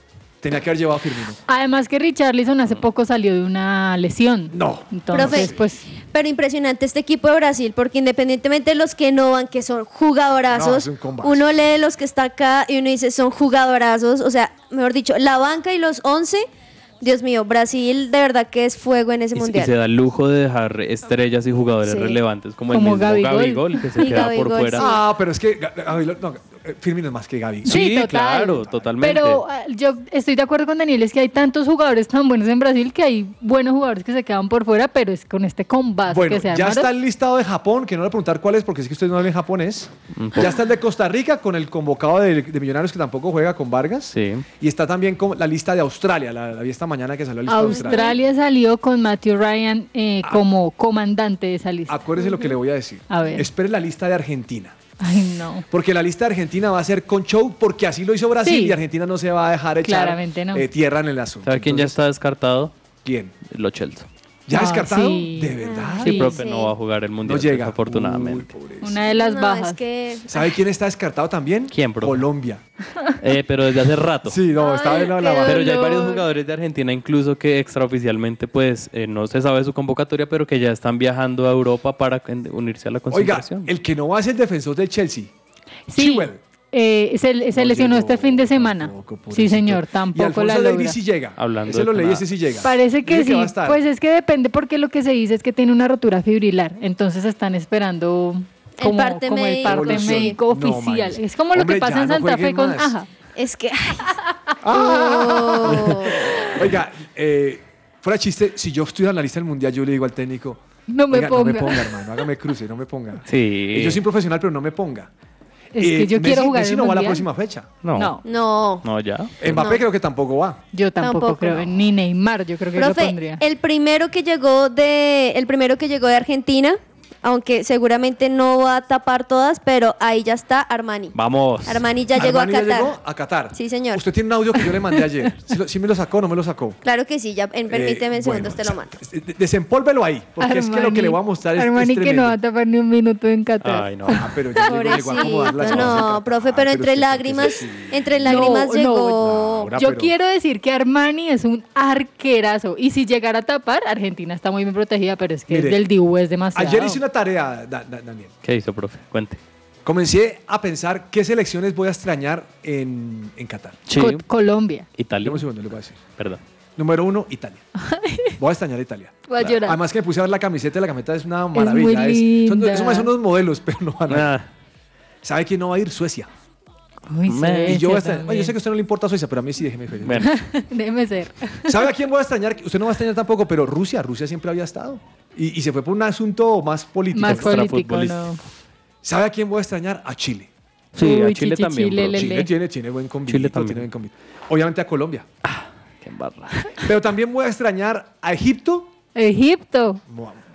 Speaker 6: tenía que haber llevado a Firmino.
Speaker 10: Además que Richarlison
Speaker 6: Mm.
Speaker 10: hace poco salió de una lesión.
Speaker 6: No.
Speaker 10: Entonces,
Speaker 11: Profe,
Speaker 10: pues
Speaker 11: Pero impresionante este equipo de Brasil, porque independientemente de los que no van, que son jugadorazos,
Speaker 10: No, es un combazo.
Speaker 11: uno lee los que está acá y uno dice son jugadorazos, o sea, mejor dicho, la banca y los 11, Dios mío, Brasil de verdad que es fuego en ese
Speaker 9: Y, y
Speaker 11: mundial.
Speaker 9: se da el lujo de dejar estrellas y jugadores
Speaker 11: Sí.
Speaker 9: relevantes como, el
Speaker 11: Como
Speaker 9: mismo
Speaker 11: Gabigol.
Speaker 9: Gabigol, que se
Speaker 11: Y
Speaker 9: queda por
Speaker 11: Gabigol,
Speaker 9: fuera.
Speaker 6: Ah, pero es que Ga- Gabriel- no, eh, Firmino es más que Gaby.
Speaker 9: Sí, claro, totalmente.
Speaker 10: Pero ah, yo estoy de acuerdo con Daniel, es que hay tantos jugadores tan buenos en Brasil que hay buenos jugadores que se quedan por fuera, pero es con este combate
Speaker 6: Bueno,
Speaker 10: que se
Speaker 6: ya
Speaker 10: armaron.
Speaker 6: está el listado de Japón, que no le voy a preguntar cuál es porque es que ustedes no hablan japonés. Ya está el de Costa Rica con el convocado de, de Millonarios que tampoco juega con Vargas. Y está también con la lista de Australia, la, la vi esta mañana que salió la lista de Australia.
Speaker 10: Australia salió con Matthew Ryan eh, como comandante de esa lista.
Speaker 6: Ah. Acuérdese lo que le voy a decir.
Speaker 10: A ver.
Speaker 6: Espere la lista de Argentina.
Speaker 10: Ay, no.
Speaker 6: Porque la lista de Argentina va a ser con show porque así lo hizo Brasil
Speaker 10: Sí.
Speaker 6: y Argentina no se va a dejar echar
Speaker 10: Claramente no.
Speaker 6: eh, tierra en el asunto.
Speaker 9: ¿Sabe quién ya está descartado?
Speaker 6: ¿Quién?
Speaker 9: Lo Chelsea.
Speaker 6: ¿Ya
Speaker 9: Ah,
Speaker 6: descartado?
Speaker 9: sí.
Speaker 6: ¿De verdad?
Speaker 9: Sí, profe, no va a jugar el mundial.
Speaker 6: No llega.
Speaker 9: Desafortunadamente.
Speaker 10: Una de las
Speaker 11: No,
Speaker 10: bajas.
Speaker 11: es que
Speaker 6: ¿Sabe quién está descartado también? ¿Quién, profe? Colombia.
Speaker 9: Eh, pero desde hace rato.
Speaker 6: Sí, no, estaba en la la baja.
Speaker 9: Pero ya hay varios jugadores de Argentina, incluso que extraoficialmente, pues eh, no se sabe su convocatoria, pero que ya están viajando a Europa para en- unirse a la
Speaker 6: Oiga,
Speaker 9: concentración.
Speaker 6: el que no va es el defensor del Chelsea.
Speaker 10: Sí, eh, se, se lesionó este fin de semana. sí, señor,
Speaker 6: Y
Speaker 10: tampoco la
Speaker 6: Alfonso
Speaker 10: logra.
Speaker 6: Davis sí llega.
Speaker 9: Hablando
Speaker 6: ese
Speaker 9: de
Speaker 6: lo leí,
Speaker 9: Canadá.
Speaker 6: ese sí llega.
Speaker 10: Parece que
Speaker 6: Dice
Speaker 10: sí,
Speaker 6: va a estar.
Speaker 10: pues es que depende porque lo que se dice es que tiene una rotura fibrilar, entonces están esperando como
Speaker 11: parte
Speaker 10: como el
Speaker 11: médico,
Speaker 10: parte
Speaker 11: sí.
Speaker 10: médico
Speaker 11: No,
Speaker 10: oficial.
Speaker 11: man.
Speaker 10: es como lo
Speaker 6: Hombre,
Speaker 10: que pasa
Speaker 6: ya
Speaker 10: en
Speaker 6: no
Speaker 10: Santa Fe
Speaker 6: jueguen
Speaker 10: con
Speaker 6: más.
Speaker 10: Aja.
Speaker 11: Es que.
Speaker 6: Oiga, eh, fuera chiste, si yo estuviera en la lista del mundial, yo le digo al técnico.
Speaker 10: No me
Speaker 6: "Oiga, No me
Speaker 10: ponga".
Speaker 6: ponga, hermano, hágame cruce, no me ponga.
Speaker 9: Sí.
Speaker 6: Y yo soy un profesional, pero no me ponga. Eh,
Speaker 10: Es que yo
Speaker 6: Messi-
Speaker 10: quiero jugar
Speaker 6: Messi
Speaker 10: el
Speaker 6: no va a la
Speaker 10: Mundial.
Speaker 6: próxima fecha.
Speaker 9: No.
Speaker 10: No.
Speaker 11: No.
Speaker 9: No, ya.
Speaker 6: Mbappé
Speaker 11: No.
Speaker 6: creo que tampoco va.
Speaker 10: Yo tampoco,
Speaker 11: Tampoco,
Speaker 10: creo,
Speaker 11: no.
Speaker 10: ni Neymar, yo creo que lo
Speaker 11: Profe,
Speaker 10: pondría.
Speaker 11: el primero que llegó de, el primero que llegó de Argentina, aunque seguramente no va a tapar todas, pero ahí ya está Armani.
Speaker 9: Vamos.
Speaker 11: Armani ya llegó a
Speaker 6: Armani ya
Speaker 11: Qatar.
Speaker 6: llegó a Qatar.
Speaker 11: Sí, señor.
Speaker 6: Usted tiene un audio que yo le mandé ayer. si, lo- si me lo sacó, no me lo sacó.
Speaker 11: Claro que sí, ya en- permíteme segundos, te lo mando.
Speaker 6: De- de- Desempólvelo ahí, porque es que lo que le voy a mostrar es, es
Speaker 10: Armani que no
Speaker 6: tremendo.
Speaker 10: va a tapar ni un minuto en Qatar.
Speaker 6: no. Ah, pero ya llegó, llegó a acomodar las
Speaker 11: Pobrecito,
Speaker 6: cosas.
Speaker 11: no, profe, pero entre lágrimas, entre
Speaker 10: No,
Speaker 11: lágrimas
Speaker 10: no,
Speaker 11: llegó.
Speaker 10: Yo quiero decir que Armani es un arquerazo. Y si llegara a tapar, Argentina está muy bien protegida, pero es que
Speaker 6: Mire,
Speaker 10: el del Dibu es demasiado.
Speaker 6: Ayer hice una tarea, Da- Da- Daniel.
Speaker 9: ¿Qué hizo, profe? Cuente.
Speaker 6: Comencé a pensar qué selecciones voy a extrañar en, en Qatar.
Speaker 10: Co- Colombia.
Speaker 9: Italia.
Speaker 6: Dame un segundo, le voy a decir.
Speaker 9: Perdón.
Speaker 6: Número uno, Italia. Voy a extrañar a Italia.
Speaker 10: Voy a llorar.
Speaker 6: Además que me puse a ver la camiseta, la camiseta es una maravilla.
Speaker 10: muy
Speaker 6: es- son-
Speaker 10: linda.
Speaker 6: son, más unos modelos, pero no van a ir.
Speaker 9: Ah.
Speaker 6: ¿Sabe quién no va a ir? Suecia.
Speaker 10: Uy,
Speaker 6: y yo, voy a
Speaker 10: Suecia
Speaker 6: extrañar- Oye, yo sé que a usted no le importa Suecia, pero a mí sí déjeme feliz.
Speaker 10: Déjeme ser.
Speaker 6: ¿Sabe a quién voy a extrañar? Usted no va a extrañar tampoco, pero Rusia, Rusia siempre había estado. Y, y se fue por un asunto más político.
Speaker 10: Más político, no.
Speaker 6: Extrafutbolístico. ¿Sabe a quién voy a extrañar? A Chile.
Speaker 9: Sí, a Uy, Chile chichi, también, Chile, bro. lele.
Speaker 6: Chile tiene, tiene buen convite.
Speaker 9: Chile
Speaker 6: Chile
Speaker 9: también. Ah,
Speaker 6: Tiene buen convite. Obviamente a Colombia.
Speaker 9: Qué embarra.
Speaker 6: Pero también voy a extrañar a Egipto.
Speaker 10: Egipto.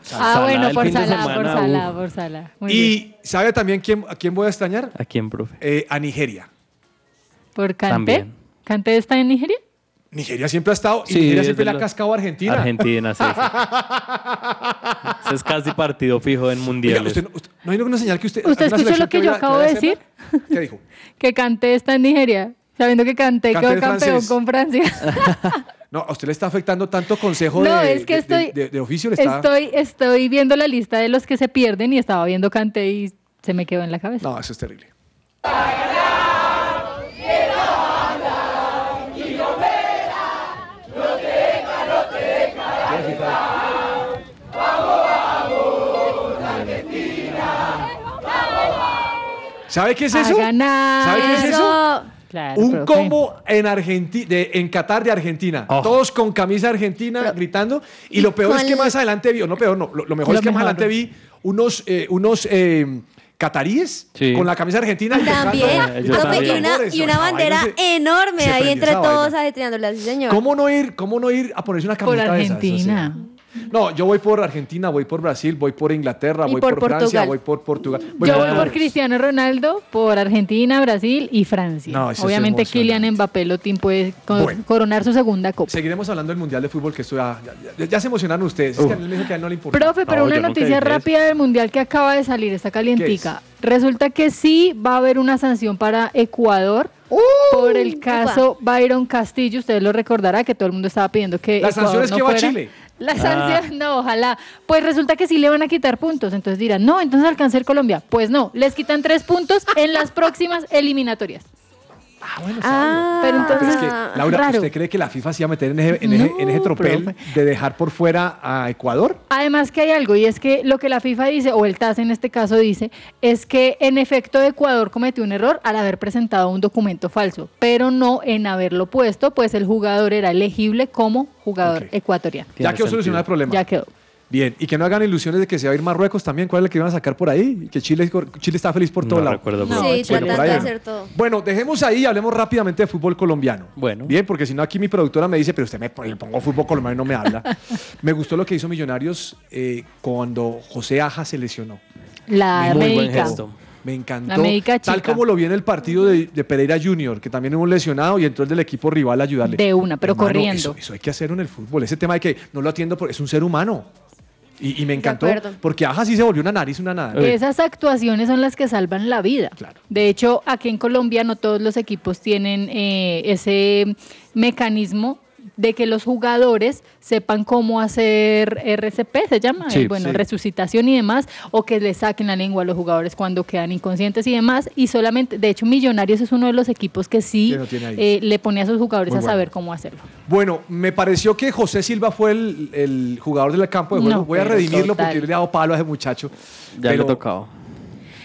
Speaker 6: Salah
Speaker 10: Eh. ah, bueno,
Speaker 6: el
Speaker 10: por
Speaker 6: fin de
Speaker 10: Salah, por
Speaker 6: semana,
Speaker 10: Salah,
Speaker 6: uh.
Speaker 10: por Salah. Muy bien.
Speaker 6: Y ¿sabe también quién, a quién voy a extrañar?
Speaker 9: ¿A quién, profe?
Speaker 6: Eh, a Nigeria.
Speaker 10: ¿Por Kanté?
Speaker 6: también.
Speaker 10: ¿Kanté está en Nigeria?
Speaker 6: Nigeria siempre ha estado y
Speaker 9: Sí,
Speaker 6: Nigeria
Speaker 9: es
Speaker 6: siempre
Speaker 9: de
Speaker 6: le ha
Speaker 9: los-
Speaker 6: cascado a Argentina.
Speaker 9: Argentina, sí. Ese es casi partido fijo en mundiales.
Speaker 6: No hay ninguna señal que usted.
Speaker 10: ¿Usted
Speaker 6: alguna
Speaker 10: escuchó
Speaker 6: selección
Speaker 10: lo que yo
Speaker 6: vaya-
Speaker 10: acabo de
Speaker 6: vaya a
Speaker 10: decir?
Speaker 6: ¿Qué dijo?
Speaker 10: Que Kanté está en Nigeria, sabiendo que Kanté
Speaker 6: Kanté
Speaker 10: quedó
Speaker 6: es
Speaker 10: campeón
Speaker 6: francés.
Speaker 10: con Francia.
Speaker 6: No, a usted le está afectando tanto consejo
Speaker 10: No,
Speaker 6: de,
Speaker 10: es que
Speaker 6: de-
Speaker 10: estoy-
Speaker 6: de- de- de oficio. Le está...
Speaker 10: Estoy, estoy viendo la lista de los que se pierden y estaba viendo Kanté y se me quedó en la cabeza.
Speaker 6: No, Ah, eso es terrible. ¿Sabe qué es
Speaker 10: A
Speaker 6: eso?
Speaker 10: ganar.
Speaker 6: ¿Sabe qué es eso?
Speaker 10: Claro,
Speaker 6: Un
Speaker 10: profe.
Speaker 6: combo en Argenti- de- en Qatar de Argentina. Todos con camisa argentina gritando. Y lo peor es que
Speaker 10: con-
Speaker 6: más adelante vi, o no peor, no, lo, lo mejor
Speaker 10: Lo
Speaker 6: es que más
Speaker 10: mejor.
Speaker 6: adelante vi unos, eh, unos eh, cataríes
Speaker 9: Sí.
Speaker 6: con la camisa argentina. y
Speaker 11: También,
Speaker 6: tocando-
Speaker 9: ellos
Speaker 11: profe, y
Speaker 9: también.
Speaker 11: una, y una
Speaker 6: No, ahí no
Speaker 11: bandera
Speaker 6: se-
Speaker 11: enorme
Speaker 6: se
Speaker 11: ahí
Speaker 6: prendió
Speaker 11: entre
Speaker 6: esa
Speaker 11: todos
Speaker 6: vaina.
Speaker 11: ajetreándola, sí, señor.
Speaker 6: ¿Cómo no ir, cómo no ir a ponerse una
Speaker 10: Por
Speaker 6: camiseta de esas? O sea,
Speaker 10: Argentina.
Speaker 6: no, yo voy por Argentina, voy por Brasil, voy por Inglaterra,
Speaker 10: Y
Speaker 6: voy por,
Speaker 10: por
Speaker 6: Francia,
Speaker 10: Portugal.
Speaker 6: voy por Portugal.
Speaker 10: Yo voy por
Speaker 6: todos.
Speaker 10: Cristiano Ronaldo, por Argentina, Brasil y Francia.
Speaker 6: No, eso es
Speaker 10: Obviamente Kylian Mbappé lo team puede co-
Speaker 6: Bueno.
Speaker 10: coronar su segunda copa.
Speaker 6: Seguiremos hablando del Mundial de Fútbol, que esto ya, ya- ya- ya se emocionaron ustedes. Es que a mí me dijo que a él no le importa.
Speaker 10: Profe, pero una noticia rápida del Mundial que acaba de salir, está calientica. Resulta que sí va a haber una sanción para Ecuador por el caso Byron Castillo. Ustedes lo recordará que todo el mundo estaba pidiendo que
Speaker 6: La
Speaker 10: Ecuador
Speaker 6: sanción es
Speaker 10: no
Speaker 6: que va a
Speaker 10: fuera.
Speaker 6: Chile.
Speaker 10: La
Speaker 6: Ah.
Speaker 10: sanción, no, ojalá. Pues resulta que sí le van a quitar puntos. Entonces dirán, no, entonces alcancé el Colombia. Pues no, les quitan tres puntos en las próximas eliminatorias.
Speaker 6: Ah, bueno,
Speaker 10: ah, pero entonces,
Speaker 6: Pero es que, Laura,
Speaker 10: raro.
Speaker 6: ¿usted cree que la FIFA se iba a meter en ese, en ese- en ese tropel de dejar por fuera a Ecuador?
Speaker 10: Además que hay algo, y es que lo que la FIFA dice, o el TAS en este caso dice, es que en efecto Ecuador cometió un error al haber presentado un documento falso, pero no en haberlo puesto, pues el jugador era elegible como jugador ecuatoriano.
Speaker 6: ya quedó solucionado el problema.
Speaker 10: Ya quedó.
Speaker 6: Bien, y que no hagan ilusiones de que se va a ir Marruecos también. ¿Cuál es la que iban a sacar por ahí? Y Que Chile, Chile está feliz por todo lado.
Speaker 9: recuerdo,
Speaker 11: No, sí,
Speaker 6: Bueno, por
Speaker 11: tratando
Speaker 6: ahí
Speaker 11: de
Speaker 6: va.
Speaker 11: hacer todo.
Speaker 6: Bueno, dejemos ahí y hablemos rápidamente de fútbol colombiano.
Speaker 9: Bueno.
Speaker 6: Bien, porque si no aquí mi productora me dice, pero usted me pone- pongo fútbol colombiano y no me habla. me gustó lo que hizo Millonarios eh, cuando José Aja se lesionó.
Speaker 10: Ah, La
Speaker 6: Muy buen
Speaker 10: médica.
Speaker 6: gesto. Me encantó.
Speaker 10: La médica
Speaker 6: Tal
Speaker 10: chica.
Speaker 6: como lo vi en el partido de, de Pereira Junior, que también hubo un lesionado y entró el del equipo rival a ayudarle.
Speaker 10: De una, pero
Speaker 6: Hermano,
Speaker 10: corriendo.
Speaker 6: Eso, eso hay que hacer en el fútbol. Ese tema de que no lo atiendo porque es un ser humano. Y, y me encantó
Speaker 10: acuerdo.
Speaker 6: porque Aja sí se volvió una nariz, una nada.
Speaker 10: Esas actuaciones son las que salvan la vida. De hecho, aquí en Colombia no todos los equipos tienen eh, ese mecanismo de que los jugadores sepan cómo hacer RCP, se llama,
Speaker 14: Sí,
Speaker 10: eh, bueno,
Speaker 14: sí.
Speaker 10: resucitación y demás, o que le saquen la lengua a los jugadores cuando quedan inconscientes y demás, y solamente, de hecho, Millonarios es uno de los equipos que sí
Speaker 6: Que lo tiene ahí.
Speaker 10: eh, le pone a sus jugadores
Speaker 6: Muy
Speaker 10: a
Speaker 6: bueno.
Speaker 10: saber cómo hacerlo.
Speaker 6: Bueno, me pareció que José Silva fue el, el jugador del campo de juego.
Speaker 10: No,
Speaker 6: Voy a
Speaker 10: pero
Speaker 6: redimirlo
Speaker 10: total.
Speaker 6: porque yo le he dado palo a ese muchacho.
Speaker 9: Ya le
Speaker 6: Pero
Speaker 9: tocado.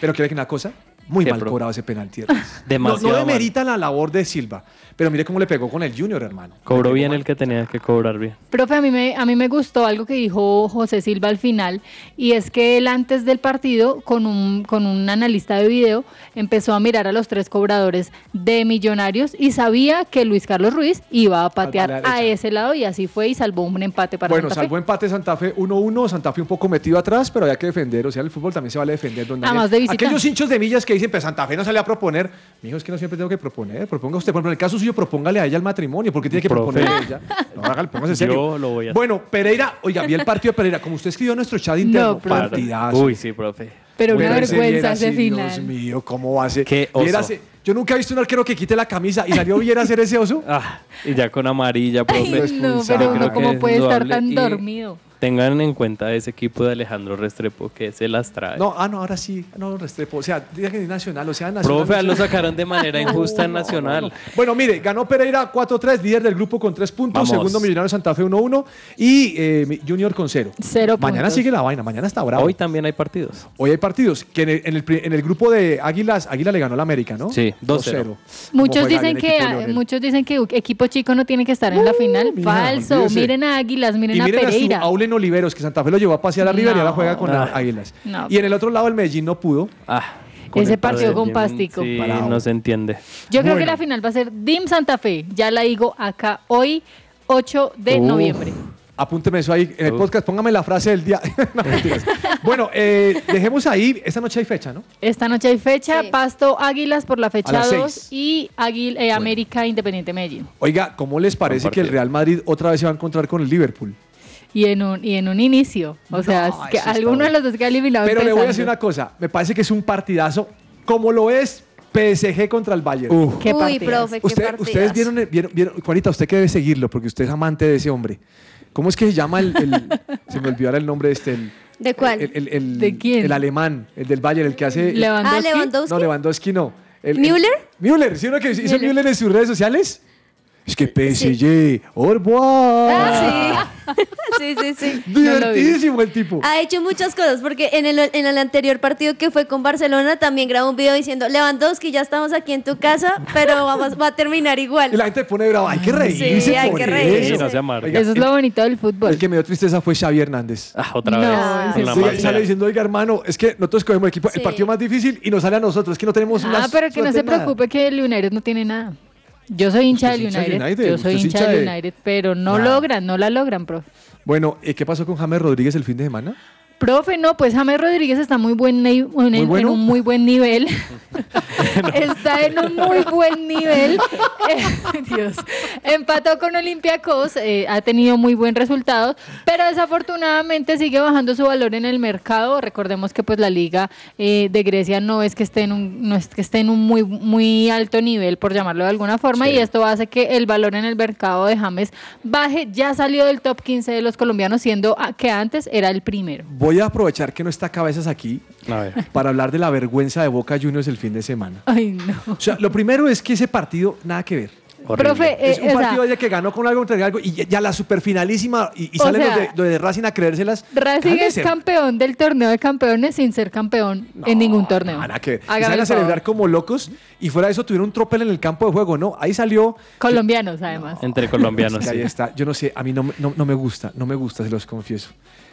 Speaker 6: Pero quiero decir una cosa. Muy
Speaker 9: Qué
Speaker 6: mal
Speaker 9: pro-
Speaker 6: cobrado ese penalti. Hernández.
Speaker 9: Demasiado
Speaker 6: No,
Speaker 9: mal.
Speaker 6: no demerita la labor de Silva. Pero mire cómo le pegó con el Junior, hermano.
Speaker 9: Cobró bien el que tenía que cobrar bien.
Speaker 10: Profe, a mí, me, a mí me gustó algo que dijo José Silva al final, y es que él antes del partido, con un, con un analista de video, empezó a mirar a los tres cobradores de Millonarios y sabía que Luis Carlos Ruiz iba a patear
Speaker 6: la
Speaker 10: a ese lado, y así fue y salvó un empate para
Speaker 6: bueno,
Speaker 10: Santa Fe.
Speaker 6: salvo empate Santa Fe 1-1. Santa Fe un poco metido atrás, pero había que defender. O sea, el fútbol también se vale defender. Don Daniel.
Speaker 10: Además de visitante.
Speaker 6: Aquellos hinchos de millas que dicen, pues Santa Fe no sale a proponer. Mijo, es que no siempre tengo que proponer. Proponga usted. Por ejemplo, en el caso suyo, propóngale a ella el matrimonio, porque tiene que
Speaker 9: Profe.
Speaker 6: proponer a ella. No, hágale, póngase en serio.
Speaker 9: Yo lo voy a hacer.
Speaker 6: Bueno, Pereira, oiga, vi el partido de Pereira. Como usted escribió en nuestro chat interno,
Speaker 9: profe.
Speaker 6: partidazo.
Speaker 9: Uy, sí, profe.
Speaker 10: Pero
Speaker 6: Bueno,
Speaker 10: una
Speaker 6: ese Viera,
Speaker 10: vergüenza ese
Speaker 6: sí,
Speaker 10: final.
Speaker 6: Dios mío, ¿cómo hace?
Speaker 9: Qué oso.
Speaker 6: Viera, sí. yo nunca he visto un arquero que quite la camisa y salió bien a hacer ese oso.
Speaker 9: Ah, y ya con amarilla, profe. Pues,
Speaker 10: no, pero uno cómo puede estar tan dormido.
Speaker 9: Tengan en cuenta ese equipo de Alejandro Restrepo que se las trae.
Speaker 6: No, ah, no, ahora sí. No, Restrepo. O sea, diga que es nacional, o sea, nacional.
Speaker 9: profe, lo
Speaker 6: nacional.
Speaker 9: sacaron de manera injusta en
Speaker 6: No, no,
Speaker 9: Nacional.
Speaker 6: Bueno, mire, ganó Pereira 4-3, líder del grupo con 3 puntos,
Speaker 9: Vamos.
Speaker 6: segundo Millonario Santa Fe 1-1 y eh, Junior con 0.
Speaker 10: Cero
Speaker 6: Mañana
Speaker 10: puntos.
Speaker 6: sigue la vaina, mañana está bravo.
Speaker 9: Hoy también hay partidos.
Speaker 6: Hoy hay partidos, que en el, en el pri- en el grupo de Águilas, Águila le ganó a la América, ¿no?
Speaker 9: Sí,
Speaker 6: 2-0.
Speaker 10: Muchos
Speaker 6: Cómo juega bien
Speaker 10: dicen,
Speaker 6: el
Speaker 10: que,
Speaker 6: equipo de
Speaker 10: ah,
Speaker 6: Leonel.
Speaker 10: muchos dicen que u- equipo chico no tiene que estar en la final. Falso.
Speaker 6: olvídese.
Speaker 10: Miren a Águilas, miren
Speaker 6: Y
Speaker 10: a
Speaker 6: miren a, su
Speaker 10: Pereira.
Speaker 6: Aulen Oliveros, que Santa Fe lo llevó a pasear a River y ahora juega con
Speaker 9: No.
Speaker 6: las Águilas.
Speaker 10: No.
Speaker 6: Y en el otro lado el Medellín no pudo.
Speaker 9: Ah,
Speaker 10: Con Ese el partido partido con de Medellín, Pástico.
Speaker 9: Sí,
Speaker 6: Bravo.
Speaker 9: no se entiende.
Speaker 10: Yo creo que
Speaker 6: Bueno.
Speaker 10: la final va a ser DIM Santa Fe. Ya la digo acá hoy, 8 de
Speaker 6: Uf.
Speaker 10: noviembre.
Speaker 6: Apúnteme eso ahí en el podcast, póngame la frase del día. No, mentiras. bueno, eh, dejemos ahí, esta noche hay fecha, ¿no?
Speaker 10: Esta noche hay fecha, Pasto Águilas por la fecha
Speaker 6: las
Speaker 10: 2 y Águil, eh, América Independiente Medellín.
Speaker 6: Oiga, ¿cómo les parece que el Real Madrid otra vez se va a encontrar con el Liverpool?
Speaker 10: Y en un, y en un inicio. O sea, es que alguno de los dos que ha eliminado
Speaker 6: Pero le voy a decir
Speaker 10: empezando.
Speaker 6: una cosa, me parece que es un partidazo como lo es PSG contra el Bayern.
Speaker 10: Qué Uy, partidas. profe, qué
Speaker 6: Usted-
Speaker 10: partidas.
Speaker 6: Ustedes vieron, el- vieron, vieron- Juanita, usted que debe seguirlo porque usted es amante de ese hombre. ¿Cómo es que se llama el... el- se me olvidó ahora el nombre de este... el-
Speaker 11: ¿De cuál?
Speaker 6: El, el- el-
Speaker 11: ¿De quién?
Speaker 6: El alemán, el del Bayern, el que hace.
Speaker 11: ¿Lewandowski? Ah, ¿Lewandowski?
Speaker 6: No, Lewandowski no. El- el-
Speaker 11: ¿Müller?
Speaker 6: Müller, ¿sí uno que hizo Müller, en sus redes sociales? Es que PSG, au revoir.
Speaker 11: sí, sí, Ah, sí.
Speaker 6: Divertidísimo el tipo.
Speaker 11: Ha hecho muchas cosas porque en el, en el anterior partido que fue con Barcelona también grabó un video diciendo Lewandowski, ya estamos aquí en tu casa, pero vamos, va a terminar igual.
Speaker 6: Y la gente pone brava, hay que reírse.
Speaker 11: Sí, hay
Speaker 6: por
Speaker 11: que reírse.
Speaker 6: eso.
Speaker 9: Sí, no se amargue.
Speaker 6: Oiga,
Speaker 10: Eso es
Speaker 6: el-
Speaker 10: lo bonito del fútbol.
Speaker 6: El que me dio tristeza fue Xavi Hernández.
Speaker 9: Ah, otra
Speaker 10: No,
Speaker 9: vez.
Speaker 10: ese
Speaker 9: Con la
Speaker 6: Oiga,
Speaker 9: magia.
Speaker 6: sale diciendo, oiga, hermano, es que nosotros cogemos el equipo, el
Speaker 10: Sí.
Speaker 6: partido más difícil y nos sale a nosotros, es que no tenemos una
Speaker 10: Ah, pero que no
Speaker 6: suerte
Speaker 10: se
Speaker 6: en nada".
Speaker 10: preocupe que el United no tiene nada. Yo soy hincha
Speaker 6: Usted
Speaker 10: del
Speaker 6: es hincha del
Speaker 10: United,
Speaker 6: United,
Speaker 10: Yo
Speaker 6: usted
Speaker 10: soy
Speaker 6: es
Speaker 10: hincha
Speaker 6: hincha
Speaker 10: del
Speaker 6: de-
Speaker 10: United, pero no logran, no la logran, profe.
Speaker 6: Bueno, ¿y ¿qué pasó con James Rodríguez el fin de semana?
Speaker 10: Profe, no, pues James Rodríguez está muy buen ni- en- en,
Speaker 6: bueno?
Speaker 10: un muy buen nivel. está en un muy buen nivel. Eh, Dios. Empató con Olympiacos, eh, ha tenido muy buen resultado, pero desafortunadamente sigue bajando su valor en el mercado. Recordemos que pues la liga eh, de Grecia no es que esté en un, no es que esté en un muy, muy alto nivel, por llamarlo de alguna forma, y esto hace que el valor en el mercado de James baje. Ya salió del top 15 de los colombianos, siendo ah, que antes era el primero.
Speaker 6: Voy a aprovechar que no está Cabezas aquí para hablar de la vergüenza de Boca Juniors el fin de semana.
Speaker 10: Ay, no.
Speaker 6: O sea, lo primero es que ese partido, nada que ver.
Speaker 10: Horrible. Profe,
Speaker 6: es
Speaker 10: eh,
Speaker 6: un
Speaker 10: o sea-
Speaker 6: partido ya que ganó con algo contra algo y ya, ya la superfinalísima y, y
Speaker 10: O
Speaker 6: salen
Speaker 10: sea,
Speaker 6: los, de, los de Racing a creérselas.
Speaker 10: Racing es
Speaker 6: Cálmese,
Speaker 10: campeón del torneo de campeones sin ser campeón en ningún torneo.
Speaker 6: nada que ver. Y
Speaker 10: Hágame
Speaker 6: salen a
Speaker 10: el favor.
Speaker 6: celebrar como locos y fuera de eso tuvieron un tropel en el campo de juego, ¿no? Ahí salió...
Speaker 10: Colombianos, además.
Speaker 9: Entre colombianos.
Speaker 6: Es que
Speaker 9: sí.
Speaker 6: Ahí está. Yo no sé, a mí no, me- no- no me gusta, no me gusta, se los confieso.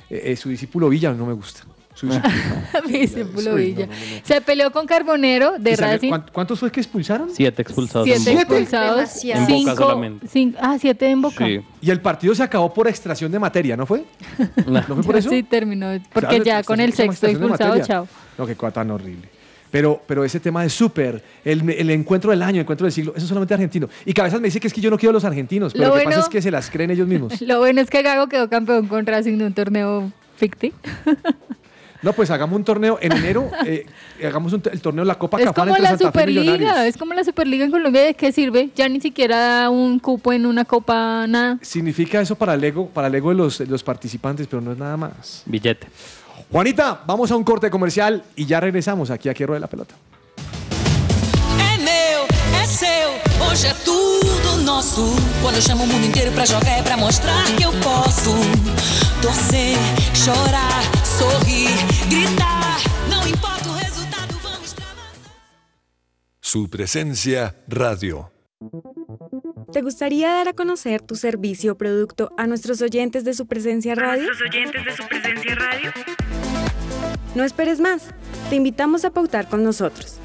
Speaker 6: Eh, eh, su discípulo Villa no me gusta. Su
Speaker 10: Ah.
Speaker 6: discípulo.
Speaker 10: Mi discípulo
Speaker 6: Uy,
Speaker 10: Villa. Se peleó con Carbonero de
Speaker 6: Y salió-
Speaker 10: Racing.
Speaker 6: ¿cuán- ¿Cuántos fue que expulsaron?
Speaker 9: Siete expulsados. en
Speaker 10: Siete
Speaker 9: Boca.
Speaker 10: expulsados.
Speaker 9: En Boca
Speaker 10: Cinco,
Speaker 9: solamente.
Speaker 10: cinco- ah, siete en Boca.
Speaker 9: Sí.
Speaker 6: Y el partido se acabó por extracción de materia, ¿no fue? ¿No fue por
Speaker 10: Ya
Speaker 6: eso?
Speaker 10: Sí, terminó. Porque
Speaker 6: Claro,
Speaker 10: ya con el
Speaker 6: extracción-
Speaker 10: sexto
Speaker 6: extracción de
Speaker 10: expulsado,
Speaker 6: materia.
Speaker 10: chao.
Speaker 6: No, qué cosa tan horrible. Pero, pero ese tema de súper, el, el encuentro del año, el encuentro del siglo, eso es solamente argentino. Y Cabezas me dice que es que yo no quiero a los argentinos, pero
Speaker 10: Lo
Speaker 6: lo, que
Speaker 10: bueno-
Speaker 6: pasa es que se las creen ellos mismos.
Speaker 10: Lo bueno es que Gago quedó campeón con Racing de un torneo ficti.
Speaker 6: No, pues hagamos un torneo en enero, eh, hagamos un t- el torneo de la Copa
Speaker 10: Es
Speaker 6: Cafán
Speaker 10: como
Speaker 6: entre
Speaker 10: la
Speaker 6: Santa Fe y Millonarios.
Speaker 10: Superliga, es como la Superliga en Colombia, ¿de qué sirve? Ya ni siquiera un cupo en una copa, nada.
Speaker 6: Significa eso para el ego, para el ego de los, de los participantes, pero no es nada más.
Speaker 9: Billete.
Speaker 6: Juanita, vamos a un corte comercial y ya regresamos aquí a Que Rueda la Pelota.
Speaker 14: É meu, é seu, hoje é tudo nosso. Quando eu chamo o mundo inteiro pra jogar é pra mostrar que eu posso. Torcer, chorar, sorrir, gritar, não importa o resultado.
Speaker 2: Su presencia radio.
Speaker 15: ¿Te gustaría dar a conocer tu servicio o producto a nuestros oyentes de su presencia radio?
Speaker 16: nuestros oyentes de su presencia radio.
Speaker 15: No esperes más. Te invitamos a pautar con nosotros.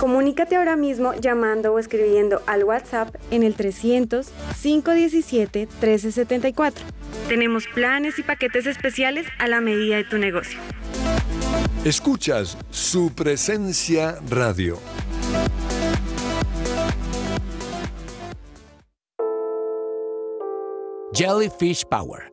Speaker 15: Comunícate ahora mismo llamando o escribiendo al WhatsApp en el 300 517 1374. Tenemos planes y paquetes especiales a la medida de tu negocio.
Speaker 2: Escuchas su presencia radio.
Speaker 17: Jellyfish Power,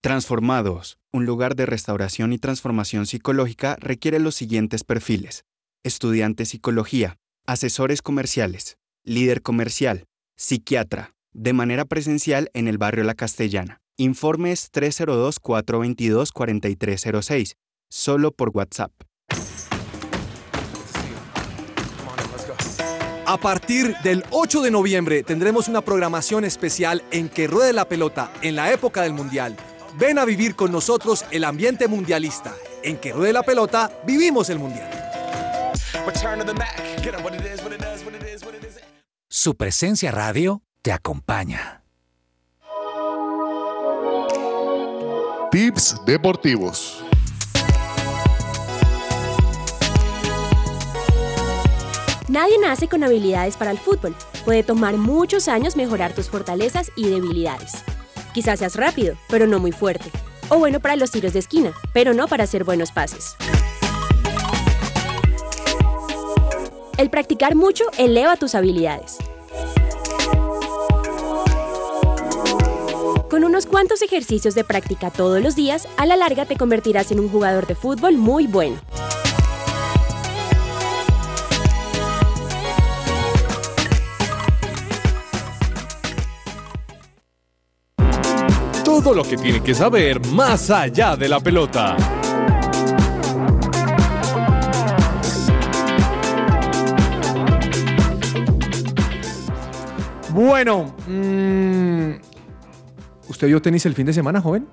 Speaker 18: Transformados. Un lugar de restauración y transformación psicológica requiere los siguientes perfiles. Estudiante psicología, asesores comerciales, líder comercial, psiquiatra, de manera presencial en el barrio La Castellana. Informes 302-422-4306, solo por WhatsApp.
Speaker 6: A partir del 8 de noviembre tendremos una programación especial en que ruede la pelota en la época del Mundial. Ven a vivir con nosotros el ambiente mundialista. En que ruede la pelota, vivimos el Mundial.
Speaker 17: Su presencia radio te acompaña.
Speaker 12: Tips deportivos.
Speaker 19: Nadie nace con habilidades para el fútbol. Puede tomar muchos años mejorar tus fortalezas y debilidades. Quizás seas rápido, pero no muy fuerte. O bueno para los tiros de esquina, pero no para hacer buenos pases. El practicar mucho eleva tus habilidades. Con unos cuantos ejercicios de práctica todos los días, a la larga te convertirás en un jugador de fútbol muy bueno.
Speaker 1: Todo lo que tiene que saber más allá de la pelota.
Speaker 6: Bueno, mm, ¿usted vio tenis el fin de semana, joven?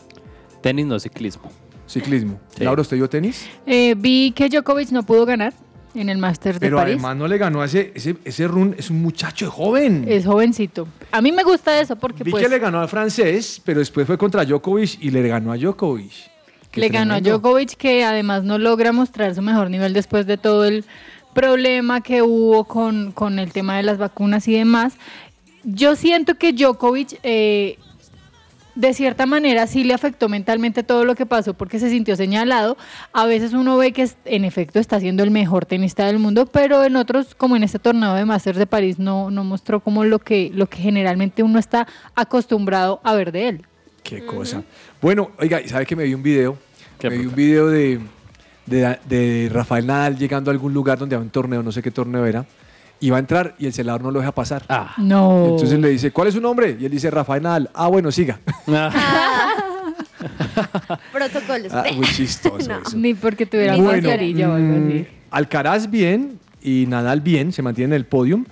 Speaker 9: Tenis no, ciclismo.
Speaker 6: Ciclismo. Laura, ¿usted vio tenis?
Speaker 10: Eh, vi que Djokovic no pudo ganar en el Masters de
Speaker 6: Pero
Speaker 10: París.
Speaker 6: además no le ganó a ese, ese, ese run, es un muchacho joven.
Speaker 10: Es jovencito. A mí me gusta eso porque
Speaker 6: Vi
Speaker 10: pues,
Speaker 6: que le ganó al francés, pero después fue contra Djokovic y le ganó a Djokovic. Qué
Speaker 10: le ganó a
Speaker 6: tremendo.
Speaker 10: Djokovic que además no logra mostrar su mejor nivel después de todo el problema que hubo con, con el tema de las vacunas y demás. Yo siento que Djokovic eh, de cierta manera sí le afectó mentalmente todo lo que pasó porque se sintió señalado. A veces uno ve que es- en efecto está siendo el mejor tenista del mundo, pero en otros, como en este torneo de Masters de París, no, no mostró como lo que, lo que generalmente uno está acostumbrado a ver de él.
Speaker 6: Qué cosa. Bueno, oiga, ¿y ¿sabe que me vi un video? me vi un video de, de- de Rafael Nadal llegando a algún lugar donde había un torneo, no sé qué torneo era. Y va a entrar y el celador no lo deja pasar.
Speaker 9: Ah.
Speaker 10: No.
Speaker 6: Entonces le dice, ¿cuál es su nombre? Y él dice, Rafael Nadal. Ah, bueno, siga.
Speaker 9: Ah.
Speaker 11: Protocolos.
Speaker 6: Ah, muy chistoso
Speaker 11: No.
Speaker 6: eso.
Speaker 10: Ni porque tuviera
Speaker 6: Bueno,
Speaker 10: más carilla o algo así.
Speaker 6: mm, Alcaraz bien y Nadal bien, se mantiene en el podium.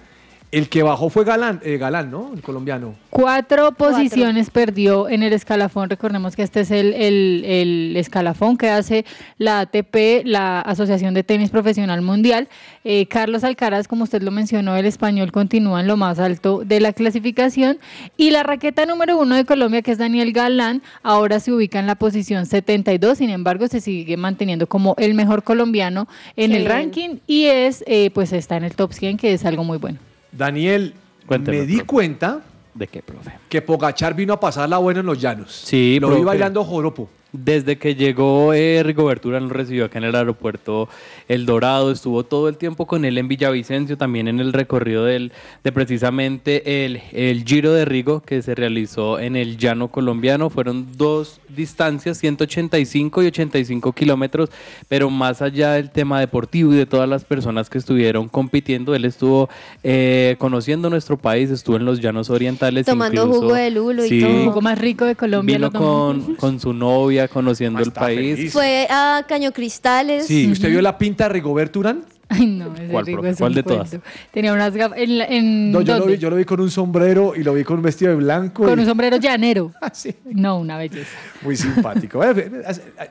Speaker 6: El que bajó fue Galán, eh, Galán ¿no? El colombiano.
Speaker 10: Cuatro posiciones perdió en el escalafón. Recordemos que este es el, el- el escalafón que hace la ATP, la Asociación de Tenis Profesional Mundial. Eh, Carlos Alcaraz, como usted lo mencionó, el español continúa en lo más alto de la clasificación. Y la raqueta número uno de Colombia, que es Daniel Galán, ahora se ubica en la posición 72. Sin embargo, se sigue manteniendo como el mejor colombiano en
Speaker 6: Qué
Speaker 10: el
Speaker 6: bien.
Speaker 10: ranking y es, eh, pues está en el top 100, que es algo muy bueno.
Speaker 6: Daniel, me di cuenta
Speaker 9: ¿De qué, profe?
Speaker 6: que Pogachar vino a pasar la buena en los llanos.
Speaker 9: Sí,
Speaker 6: Lo vi
Speaker 9: profe.
Speaker 6: bailando joropo.
Speaker 9: Desde que llegó eh, Rigoberto Urán, lo recibió acá en el aeropuerto El Dorado, estuvo todo el tiempo con él en Villavicencio, también en el recorrido del, de precisamente el, el Giro de Rigo que se realizó en el llano colombiano. Fueron dos distancias, 185 y 85 kilómetros, pero más allá del tema deportivo y de todas las personas que estuvieron compitiendo, él estuvo eh, conociendo nuestro país, estuvo en los llanos orientales.
Speaker 11: Tomando
Speaker 9: incluso-
Speaker 11: jugo de lulo y
Speaker 9: Sí,
Speaker 11: todo.
Speaker 10: Un poco más rico de Colombia.
Speaker 9: Vino
Speaker 10: lo tomamos.
Speaker 9: con, con su novia, conociendo
Speaker 6: Ah,
Speaker 9: el país.
Speaker 11: Fue a Caño Cristales.
Speaker 6: Sí, ¿usted vio la pinta de Rigoberto Urán?
Speaker 10: Ay, no, ese
Speaker 6: ¿Cuál,
Speaker 10: rico
Speaker 6: profe?
Speaker 10: es
Speaker 6: ¿Cuál
Speaker 10: un
Speaker 6: de
Speaker 10: cuento.
Speaker 6: todas?
Speaker 10: Tenía unas gafas. En, la- en-
Speaker 6: No, yo lo,
Speaker 10: Mm, ¿dónde?
Speaker 6: vi, yo lo vi con un sombrero y lo vi con un vestido de blanco.
Speaker 10: Con
Speaker 6: y-
Speaker 10: un sombrero llanero.
Speaker 6: Ah, sí.
Speaker 10: No, una belleza.
Speaker 6: Muy simpático. Bueno,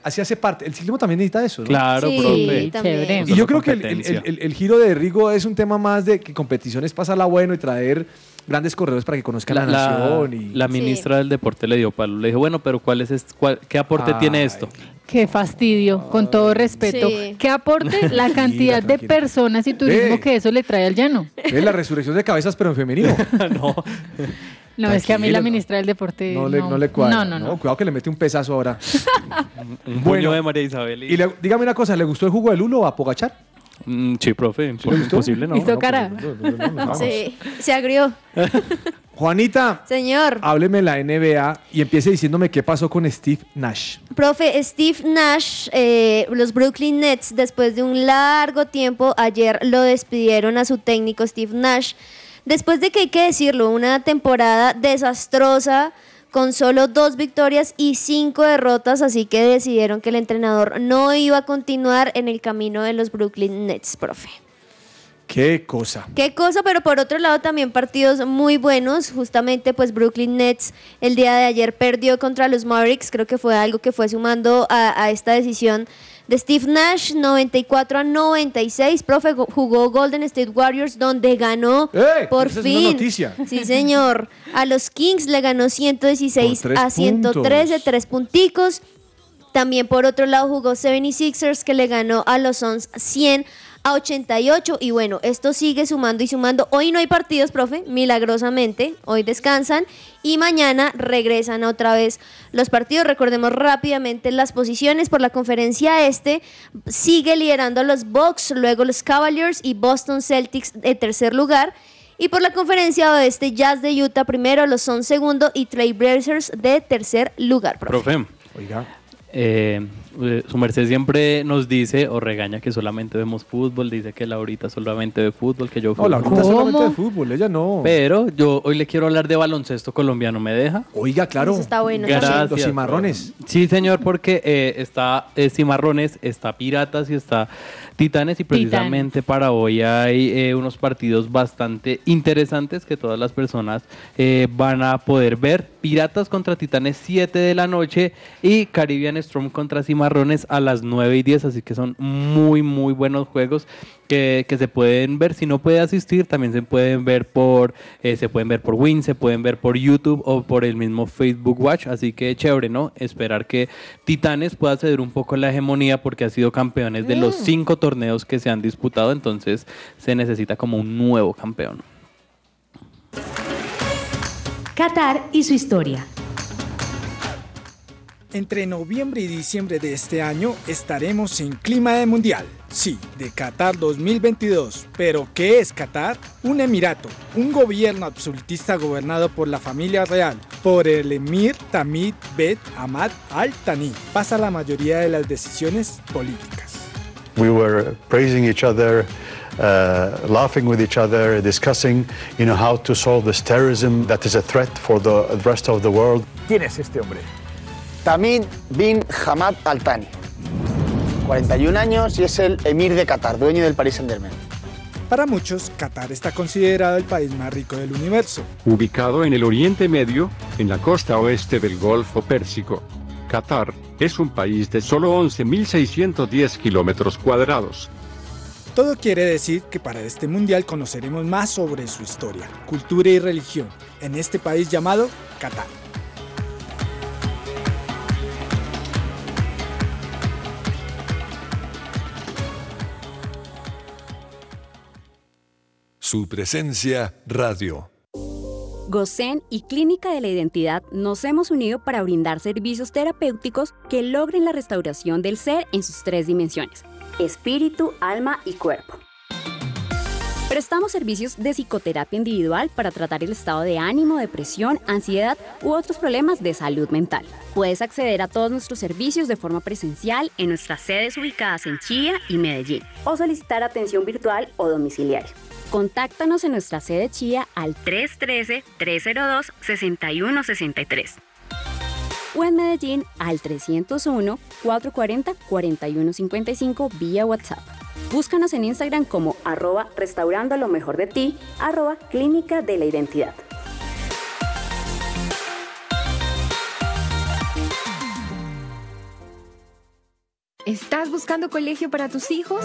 Speaker 6: Así hace parte. El ciclismo también necesita eso. ¿no?
Speaker 9: Claro, Sí, profe. también.
Speaker 10: chévere.
Speaker 6: Y yo creo que el, el-
Speaker 9: competencia.
Speaker 6: el- el giro de Rigo es un tema más de que competiciones pasarla bueno y traer grandes corredores para que conozcan la,
Speaker 9: La, la-
Speaker 6: nación. Y...
Speaker 9: la ministra del deporte le dio palo. Le dijo, bueno, pero ¿cuál es este- cuál- ¿qué aporte
Speaker 6: Ay.
Speaker 9: tiene esto?
Speaker 10: Qué fastidio, con todo respeto.
Speaker 11: Sí.
Speaker 10: ¿Qué aporte la
Speaker 6: Tranquila,
Speaker 10: cantidad de
Speaker 6: tranquila.
Speaker 10: personas y turismo
Speaker 6: Ve.
Speaker 10: que eso le trae al llano?
Speaker 6: Ve la resurrección de cabezas, pero en femenino.
Speaker 10: No, es que a mí
Speaker 6: Tranquila,
Speaker 10: la
Speaker 6: no.
Speaker 10: ministra del deporte.
Speaker 6: No, le, no le cuadra.
Speaker 10: No, no, no.
Speaker 6: Cuidado que le mete un pesazo ahora.
Speaker 9: Un
Speaker 6: Bueno.
Speaker 9: puño de María Isabel. Y,
Speaker 6: Y le- dígame una cosa, ¿le gustó el jugo de Lulo a Pogachar?
Speaker 9: Mm, sí, profe, impo- imposible, ¿no? pues,
Speaker 10: Hizo
Speaker 9: no,
Speaker 10: cara.
Speaker 11: Sí, se agrió.
Speaker 6: Juanita,
Speaker 11: Señor,
Speaker 6: hábleme de la NBA y empiece diciéndome qué pasó con Steve Nash.
Speaker 11: profe Steve Nash, eh, los Brooklyn Nets, después de un largo tiempo, ayer lo despidieron a su técnico Steve Nash. Después de que hay que decirlo, una temporada desastrosa con solo dos victorias y cinco derrotas, así que decidieron que el entrenador no iba a continuar en el camino de los Brooklyn Nets, profe.
Speaker 6: Qué cosa.
Speaker 11: Qué cosa, pero por otro lado también partidos muy buenos. Justamente pues Brooklyn Nets el día de ayer perdió contra los Mavericks. Creo que fue algo que fue sumando a, a esta decisión de Steve Nash, 94 a 96. Profe, go- jugó Golden State Warriors donde ganó
Speaker 6: ¡Eh!
Speaker 11: por
Speaker 6: Esa es una
Speaker 11: fin.
Speaker 6: noticia.
Speaker 11: Sí, señor. A los Kings le ganó 116
Speaker 6: Por tres
Speaker 11: a 113,
Speaker 6: puntos.
Speaker 11: tres punticos. También por otro lado jugó 76ers que le ganó a los Suns 100 a 88 y bueno, esto sigue sumando y sumando. Hoy no hay partidos, profe, milagrosamente, hoy descansan y mañana regresan otra vez los partidos. Recordemos rápidamente las posiciones por la conferencia este. Sigue liderando los Bucks, luego los Cavaliers y Boston Celtics de tercer lugar. Y por la conferencia oeste, Jazz de Utah primero, los Suns segundo y Trailblazers de tercer lugar, profe.
Speaker 9: Profe. Eh,
Speaker 6: Oiga.
Speaker 9: su merced siempre nos dice o regaña que solamente vemos fútbol, dice que Laurita solamente ve fútbol, que yo
Speaker 6: No, la
Speaker 9: fútbol.
Speaker 6: ahorita solamente de fútbol, ella no.
Speaker 9: Pero yo hoy le quiero hablar de baloncesto colombiano, ¿me deja?
Speaker 6: Oiga, claro.
Speaker 11: Eso está bueno.
Speaker 6: Los-
Speaker 9: Gracias.
Speaker 6: Los cimarrones.
Speaker 9: Sí, señor, porque eh, está eh, Cimarrones, está Piratas y está Titanes y precisamente para hoy hay eh, unos partidos bastante interesantes que todas las personas eh, van a poder ver. Piratas contra Titanes 7 de la noche y Caribbean Storm contra Cimarrones a las 9 y 10, así que son muy, muy buenos juegos. Que, que se pueden ver, si no puede asistir, también se pueden ver por eh, se pueden ver por Win, se pueden ver por YouTube o por el mismo Facebook Watch, así que chévere, ¿no? Esperar que Titanes pueda ceder un poco la hegemonía porque ha sido campeones de los cinco torneos que se han disputado, entonces se necesita como un nuevo campeón.
Speaker 20: Qatar y su historia.
Speaker 21: Entre noviembre y diciembre de este año estaremos en clima de mundial. Sí, de Qatar 2022. Pero ¿qué es Qatar? Un emirato, un gobierno absolutista gobernado por la familia real, por el emir Tamid Bet Ahmad Al Thani. Pasa la mayoría de las decisiones políticas.
Speaker 22: We were praising each other, uh, laughing with each other, discussing, you know, how to solve this terrorism that is a threat for the rest of the world.
Speaker 23: ¿Quién es este hombre? Tamid bin Hamad Al Thani. 41 años y es el emir de Qatar, dueño del Paris Saint-Germain.
Speaker 21: Para muchos, Qatar está considerado el país más rico del universo.
Speaker 24: Ubicado en el Oriente Medio, en la costa oeste del Golfo Pérsico, Qatar es un país de solo 11.610 kilómetros cuadrados.
Speaker 21: Todo quiere decir que para este mundial conoceremos más sobre su historia, cultura y religión en este país llamado Qatar.
Speaker 2: Su presencia radio.
Speaker 25: GOSEN y Clínica de la Identidad nos hemos unido para brindar servicios terapéuticos que logren la restauración del ser en sus tres dimensiones, espíritu, alma y cuerpo. Prestamos servicios de psicoterapia individual para tratar el estado de ánimo, depresión, ansiedad u otros problemas de salud mental. Puedes acceder a todos nuestros servicios de forma presencial en nuestras sedes ubicadas en Chía y Medellín o solicitar atención virtual o domiciliaria. Contáctanos en nuestra sede Chía al 313-302-6163 o en Medellín al 301-440-4155 vía WhatsApp. Búscanos en Instagram como arroba restaurando lo mejor de ti, arroba clínica de la identidad.
Speaker 20: ¿Estás buscando colegio para tus hijos?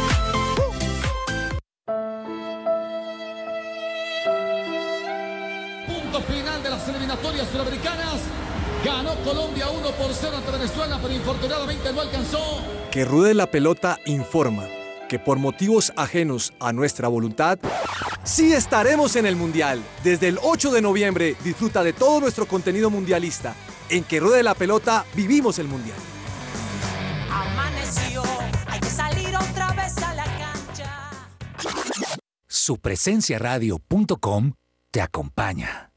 Speaker 26: final de las eliminatorias sudamericanas. Ganó Colombia 1 por 0 ante Venezuela, pero infortunadamente no alcanzó.
Speaker 27: Que ruede la pelota informa que por motivos ajenos a nuestra voluntad, sí estaremos en el Mundial. Desde el 8 de noviembre disfruta de todo nuestro contenido mundialista. En que ruede la pelota vivimos el Mundial.
Speaker 28: Amaneció, hay que salir otra vez a la cancha.
Speaker 17: Su presencia radio.com te acompaña.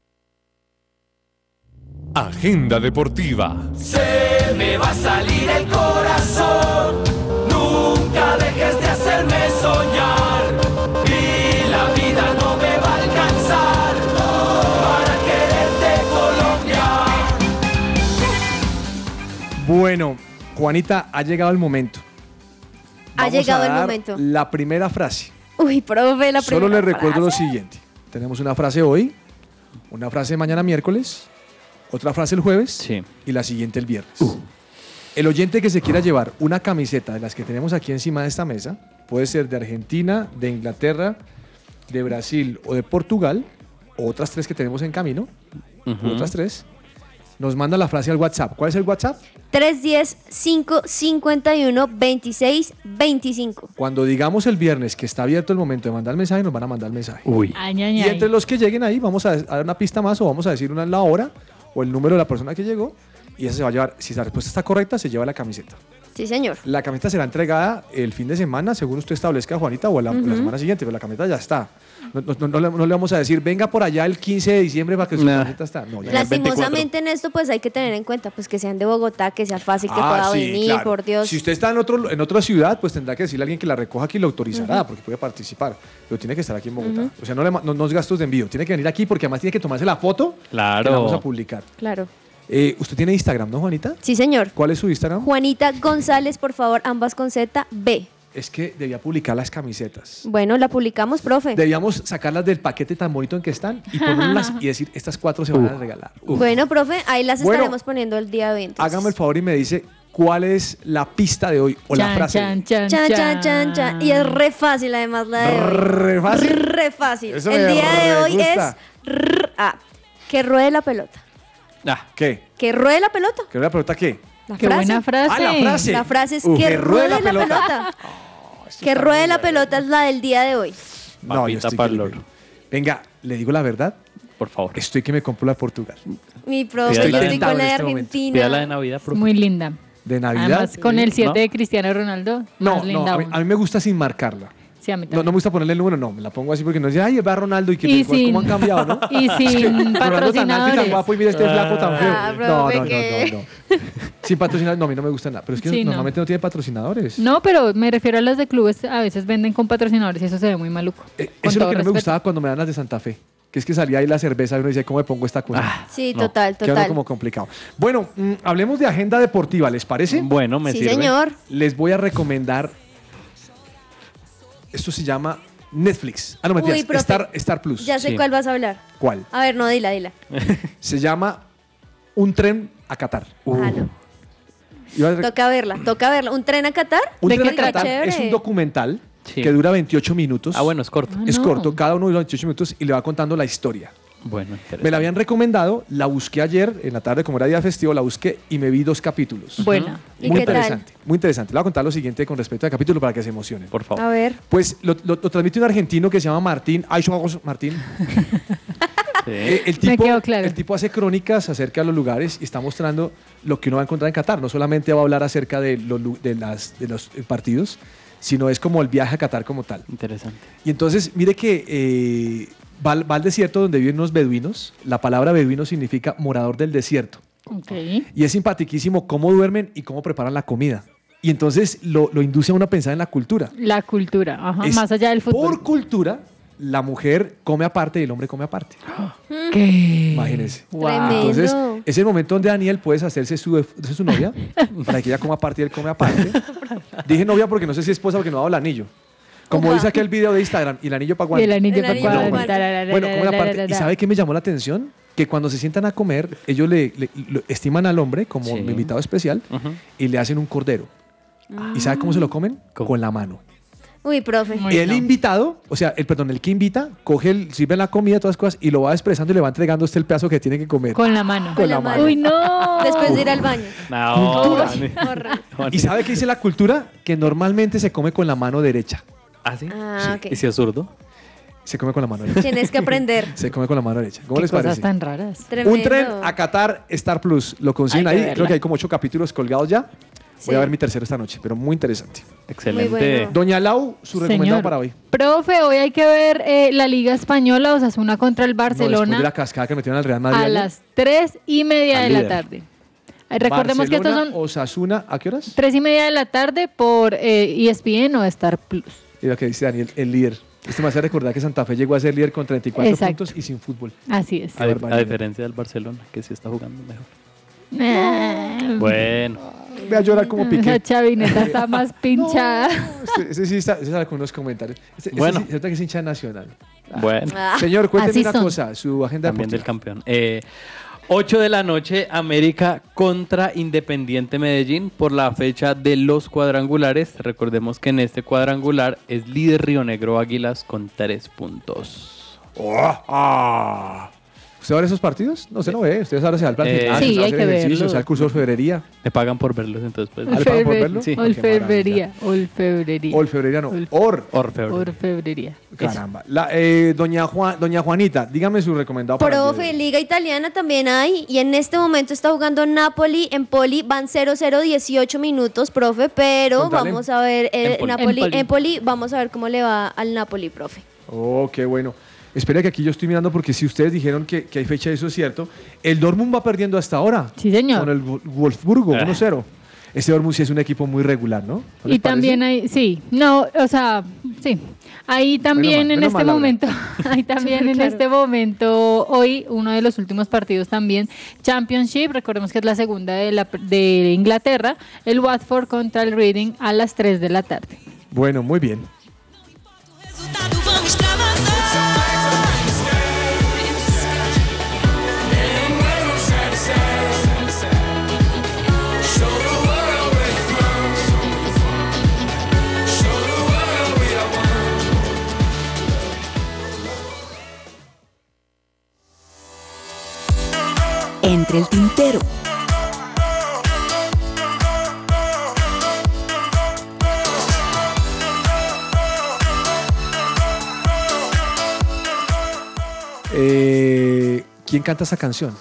Speaker 1: Agenda Deportiva.
Speaker 29: Se me va a salir el corazón. Nunca dejes de hacerme soñar. Y la vida no me va a alcanzar para quererte, Colombia.
Speaker 6: Bueno, Juanita, ha llegado el momento.
Speaker 11: Ha
Speaker 6: Vamos
Speaker 11: llegado
Speaker 6: a
Speaker 11: el
Speaker 6: dar
Speaker 11: momento.
Speaker 6: La primera frase.
Speaker 11: Uy, profe, la primera
Speaker 6: Solo le recuerdo lo
Speaker 11: frase.
Speaker 6: siguiente. Tenemos una frase hoy, una frase mañana miércoles, otra frase el jueves y la siguiente el viernes. El oyente que se quiera llevar una camiseta de las que tenemos aquí encima de esta mesa, puede ser de Argentina, de Inglaterra, de Brasil o de Portugal, o otras tres que tenemos en camino,
Speaker 12: Ujú.
Speaker 6: u otras tres, nos manda la frase al WhatsApp. ¿Cuál es el WhatsApp?
Speaker 11: 310-551-2625.
Speaker 6: Cuando digamos el viernes que está abierto el momento de mandar el mensaje, nos van a mandar el mensaje.
Speaker 11: Ay, ay,
Speaker 6: Y
Speaker 11: ay.
Speaker 6: entre los que lleguen ahí, vamos a a dar una pista más o vamos a decir una la hora o el número de la persona que llegó. Y esa se va a llevar, si la respuesta está correcta, se lleva la camiseta.
Speaker 11: Sí, señor.
Speaker 6: La camiseta será entregada el fin de semana, según usted establezca, Juanita, o la, la
Speaker 11: Ujú.
Speaker 6: semana siguiente, pero la camiseta ya está. No, no- no- no le, no le vamos a decir, venga por allá el 15 de diciembre para que su
Speaker 12: Nah.
Speaker 6: camiseta está. No, ya
Speaker 11: Lastimosamente en esto pues hay que tener en cuenta pues que sean de Bogotá, que sea fácil que
Speaker 6: Ah,
Speaker 11: pueda
Speaker 6: sí,
Speaker 11: venir,
Speaker 6: claro.
Speaker 11: por Dios.
Speaker 6: Si usted está en, otro, en otra ciudad, pues tendrá que decirle a alguien que la recoja aquí y lo autorizará,
Speaker 11: Ujú.
Speaker 6: porque puede participar. Pero tiene que estar aquí en Bogotá.
Speaker 11: Ujú.
Speaker 6: O sea, no, le, ma- no, no es gastos de envío. Tiene que venir aquí porque además tiene que tomarse la foto que la vamos a
Speaker 12: Claro.
Speaker 6: publicar.
Speaker 11: Claro.
Speaker 6: Eh, ¿Usted tiene Instagram, no, Juanita?
Speaker 11: Sí, señor.
Speaker 6: ¿Cuál es su Instagram?
Speaker 11: Juanita González, por favor, ambas con Z, B.
Speaker 6: Es que debía publicar las camisetas.
Speaker 11: Bueno, la publicamos, profe.
Speaker 6: Debíamos sacarlas del paquete tan bonito en que están y ponerlas y decir, estas cuatro se van a regalar.
Speaker 11: Bueno, profe, ahí las
Speaker 6: Bueno.
Speaker 11: estaremos poniendo el día 20.
Speaker 6: Hágame el favor y me dice cuál es la pista de hoy o la frase. de hoy.
Speaker 11: Chan, chan, chan, chan. Y es re fácil, además, la de hoy.
Speaker 6: Re fácil.
Speaker 11: Re fácil.
Speaker 6: Eso
Speaker 11: el
Speaker 6: me
Speaker 11: día de
Speaker 6: re
Speaker 11: hoy
Speaker 6: gusta.
Speaker 11: es rrr, ah, que ruede la pelota.
Speaker 6: ¿Qué?
Speaker 11: Que ruede la pelota.
Speaker 6: ¿Qué la pregunta qué?
Speaker 11: La
Speaker 6: Qué
Speaker 11: frase.
Speaker 6: buena frase. Ah, la frase.
Speaker 11: La frase es
Speaker 6: Uh,
Speaker 11: que ruede la pelota.
Speaker 6: Oh,
Speaker 11: que ruede la pelota es la del día de hoy.
Speaker 6: No, yo estoy que le pego. Venga, le digo la verdad.
Speaker 12: Por favor.
Speaker 6: Estoy que me compro la de Portugal.
Speaker 11: Mi profe,
Speaker 6: Estoy
Speaker 11: yo estoy
Speaker 6: tentado
Speaker 11: con la
Speaker 6: en
Speaker 11: de
Speaker 6: este momento.
Speaker 11: Argentina.
Speaker 6: Pídala
Speaker 12: de Navidad, profe.
Speaker 10: Muy linda.
Speaker 6: ¿De Navidad?
Speaker 10: Además, con el 7
Speaker 6: ¿No?
Speaker 10: de Cristiano Ronaldo.
Speaker 6: No,
Speaker 10: más
Speaker 6: no,
Speaker 10: linda
Speaker 6: a mí,
Speaker 10: aún.
Speaker 6: a mí me gusta sin marcarla.
Speaker 10: Sí, a mí
Speaker 6: No, no me gusta ponerle el número, no. Me la pongo así porque no dice, ay, va Ronaldo y que
Speaker 10: Y
Speaker 6: igual, cómo
Speaker 10: sin-
Speaker 6: han cambiado, ¿no?
Speaker 10: y
Speaker 6: Es que
Speaker 10: sin
Speaker 6: Ronaldo tan alto y tan
Speaker 10: patrocinadores.
Speaker 6: guapo y mira este
Speaker 10: Ah.
Speaker 6: flaco tan feo.
Speaker 10: Ah, profe,
Speaker 6: no, no, no,
Speaker 10: ¿qué?
Speaker 6: no, no. Sin patrocinadores, no, a mí no me gusta nada. Pero es que
Speaker 10: Sí, no.
Speaker 6: normalmente no. tiene patrocinadores.
Speaker 10: No, pero me refiero a las de clubes, a veces venden con patrocinadores y eso se ve muy maluco.
Speaker 6: Eh,
Speaker 10: Con
Speaker 6: eso es lo
Speaker 10: todo
Speaker 6: que no me
Speaker 10: respeto.
Speaker 6: gustaba cuando me dan las de Santa Fe. Que es que salía ahí la cerveza y uno decía, ¿cómo me pongo esta cuenta?
Speaker 10: Ah,
Speaker 11: Sí, total,
Speaker 6: Que algo
Speaker 11: total.
Speaker 6: como complicado. Bueno, mm, hablemos de agenda deportiva, ¿les parece? Bueno,
Speaker 11: me Sí, sirve. señor.
Speaker 6: Les voy a recomendar. Esto se llama Netflix. Ah, no, mentiras.
Speaker 11: Uy, profe.
Speaker 6: Star, Star Plus.
Speaker 11: Ya sé cuál vas a hablar.
Speaker 6: ¿Cuál?
Speaker 11: A ver, no, dila, dila.
Speaker 6: Se llama Un tren a Qatar.
Speaker 11: Ah, no.
Speaker 6: Iba a rec-
Speaker 11: Toca verla, toca verla. ¿Un tren a Qatar?
Speaker 6: Un
Speaker 11: Uy,
Speaker 6: tren a
Speaker 11: qué
Speaker 6: Qatar
Speaker 11: chévere.
Speaker 6: es un documental que dura 28 minutos. Ah, bueno, es corto. es
Speaker 9: no.
Speaker 6: corto, cada uno dura 28 minutos y le va contando la historia.
Speaker 9: Bueno,
Speaker 6: Me la habían recomendado, la busqué ayer en la tarde, como era día festivo, la busqué y me vi dos capítulos.
Speaker 10: Buena.
Speaker 6: Muy
Speaker 10: ¿Y qué tal?
Speaker 6: interesante, muy interesante. Le voy a contar lo siguiente con respecto al capítulo para que se emocionen. Por
Speaker 11: A ver.
Speaker 6: Pues lo, lo- lo transmite un argentino que se llama Martín. Ay, Juan Martín. Eh, el, tipo, el tipo hace crónicas acerca de los lugares y está mostrando lo que uno va a encontrar en Qatar. No solamente va a hablar acerca de los, lu- de las- de los eh, partidos, sino es como el viaje a Qatar como tal.
Speaker 9: Interesante.
Speaker 6: Y entonces, mire que eh, va, al- va al desierto donde viven unos beduinos. La palabra beduino significa morador del desierto.
Speaker 10: Ok.
Speaker 6: Y es simpaticísimo cómo duermen y cómo preparan la comida. Y entonces lo, lo induce a uno a pensar en la cultura.
Speaker 10: La cultura, ajá,
Speaker 6: Es
Speaker 10: más allá del fútbol.
Speaker 6: Por cultura, la mujer come aparte y el hombre come aparte.
Speaker 10: ¿Qué?
Speaker 6: Imagínense.
Speaker 10: Wow.
Speaker 6: Entonces,
Speaker 10: Tremendo.
Speaker 6: es el momento donde Daniel puedes hacerse su, de su novia para que ella coma aparte y él come aparte. Dije novia porque no sé si esposa porque no daba el anillo. Como
Speaker 10: Upa.
Speaker 6: dice aquel video de Instagram, y el anillo para
Speaker 10: Y el anillo El pa' anillo cuándo. pa' cuándo.
Speaker 6: Bueno, come la
Speaker 10: La, la,
Speaker 6: parte.
Speaker 10: la,
Speaker 6: ¿Y
Speaker 10: la.
Speaker 6: sabe qué me llamó la atención? Que cuando se sientan a comer, ellos le, le- lo estiman al hombre como un invitado especial y le hacen un cordero. ¿Y sabe cómo se lo comen? Con la mano.
Speaker 11: Uy, profe.
Speaker 6: el invitado, o sea, el perdón, el que invita, coge, el, sirve la comida, todas las cosas, y lo va expresando y le va entregando a usted el pedazo que tiene que comer.
Speaker 10: Con la mano.
Speaker 6: Con la mano.
Speaker 10: Uy, no.
Speaker 11: Después de ir al baño.
Speaker 6: Cultura. ¿Y sabe qué dice la cultura? Que normalmente se come con la mano derecha.
Speaker 9: ¿Ah, sí?
Speaker 11: Ah, ok.
Speaker 6: si es zurdo? Se come con la mano derecha.
Speaker 11: Tienes que aprender.
Speaker 6: Se come con la mano derecha. ¿Cómo
Speaker 10: Qué
Speaker 6: les
Speaker 10: cosas
Speaker 6: parece?
Speaker 10: tan raras.
Speaker 6: Un tren a Qatar Star Plus. Lo consiguen
Speaker 10: Hay que
Speaker 6: ahí.
Speaker 10: verla.
Speaker 6: Creo que hay como ocho capítulos colgados ya.
Speaker 10: Sí.
Speaker 6: Voy a ver mi tercero esta noche, pero muy interesante.
Speaker 9: Excelente. Muy bueno.
Speaker 6: Doña Lau, su
Speaker 10: Señor.
Speaker 6: recomendado para hoy.
Speaker 10: Profe, hoy hay que ver eh, la Liga Española, Osasuna contra el
Speaker 6: No, después
Speaker 10: Barcelona
Speaker 6: de la cascada que metieron al Real Madrid.
Speaker 10: a las 3 y media
Speaker 6: Al
Speaker 10: de la
Speaker 6: líder.
Speaker 10: tarde. Eh, Recordemos que estos son
Speaker 6: Osasuna, ¿a qué horas?
Speaker 10: 3 y media de la tarde por eh, ESPN o Star Plus.
Speaker 6: Y lo que dice Daniel, el líder. Este me hace recordar que Santa Fe llegó a ser líder con 34
Speaker 10: Exacto.
Speaker 6: puntos y sin fútbol.
Speaker 10: Así es.
Speaker 9: A, di-
Speaker 6: barbaridad.
Speaker 9: a diferencia del Barcelona, que sí está jugando mejor.
Speaker 10: Ah,
Speaker 9: Bueno.
Speaker 6: Ve a llorar como
Speaker 10: Esa
Speaker 6: Piqué.
Speaker 10: chavineta está más pinchada.
Speaker 6: Ese, ese Este, sí está, ese sale con unos comentarios. Este- este
Speaker 9: Bueno.
Speaker 6: sí, se nota que es hincha de nacional.
Speaker 9: Bueno.
Speaker 6: Señor, cuénteme
Speaker 9: Ah. Así
Speaker 6: una
Speaker 9: son.
Speaker 6: cosa, su agenda
Speaker 9: También del
Speaker 6: deportiva.
Speaker 9: campeón. Eh, 8 de la noche, América contra Independiente Medellín por la fecha de los cuadrangulares. Recordemos que en este cuadrangular es líder Río Negro Águilas con 3 puntos.
Speaker 6: ¡Oh! ¡Ah! ¿Usted va a ver esos partidos? No, usted no ve. Usted ahora se da el plan.
Speaker 9: Eh,
Speaker 6: Ah,
Speaker 9: Sí,
Speaker 6: se va a
Speaker 9: hay
Speaker 6: hacer
Speaker 9: que
Speaker 6: ejercicio,
Speaker 9: verlo.
Speaker 6: Se da el curso de orfebrería.
Speaker 9: Me pagan por verlos entonces. Pues,
Speaker 6: ¿Ah, le pagan por verlo?
Speaker 9: Sí.
Speaker 10: Olfebrería. Olfebrería.
Speaker 6: Olfebrería no. Or.
Speaker 10: Orfebrería.
Speaker 6: Caramba. La, eh, doña, Juan, doña Juanita, dígame su recomendado para el día de
Speaker 11: Profe, Liga Italiana también hay. Y en este momento está jugando Napoli, Empoli. Van 0-0, 18 minutos, profe. Pero
Speaker 6: Contale.
Speaker 11: vamos a ver el
Speaker 6: Empoli.
Speaker 11: Napoli,
Speaker 6: Empoli.
Speaker 11: Empoli. Vamos a ver cómo le va al Napoli, profe.
Speaker 6: Oh, qué bueno. Espera que aquí yo estoy mirando porque si ustedes dijeron que, que hay fecha, eso es cierto. El Dortmund va perdiendo hasta ahora.
Speaker 10: Sí, señor.
Speaker 6: Con el Wo- Wolfsburgo, 1-0. Este Dortmund sí es un equipo muy regular, ¿no? ¿No les
Speaker 10: Y también hay, sí, no, o sea, sí. Ahí también
Speaker 6: mal,
Speaker 10: en
Speaker 6: menos
Speaker 10: este
Speaker 6: mal, Laura.
Speaker 10: momento, ahí también en
Speaker 8: Claro.
Speaker 10: este momento, hoy uno de los últimos partidos también, Championship, recordemos que es la segunda de, la, de Inglaterra, el Watford contra el Reading a las 3 de la tarde.
Speaker 6: parece? Bueno, muy bien.
Speaker 8: Entre el tintero.
Speaker 6: Eh, ¿Quién canta esa canción?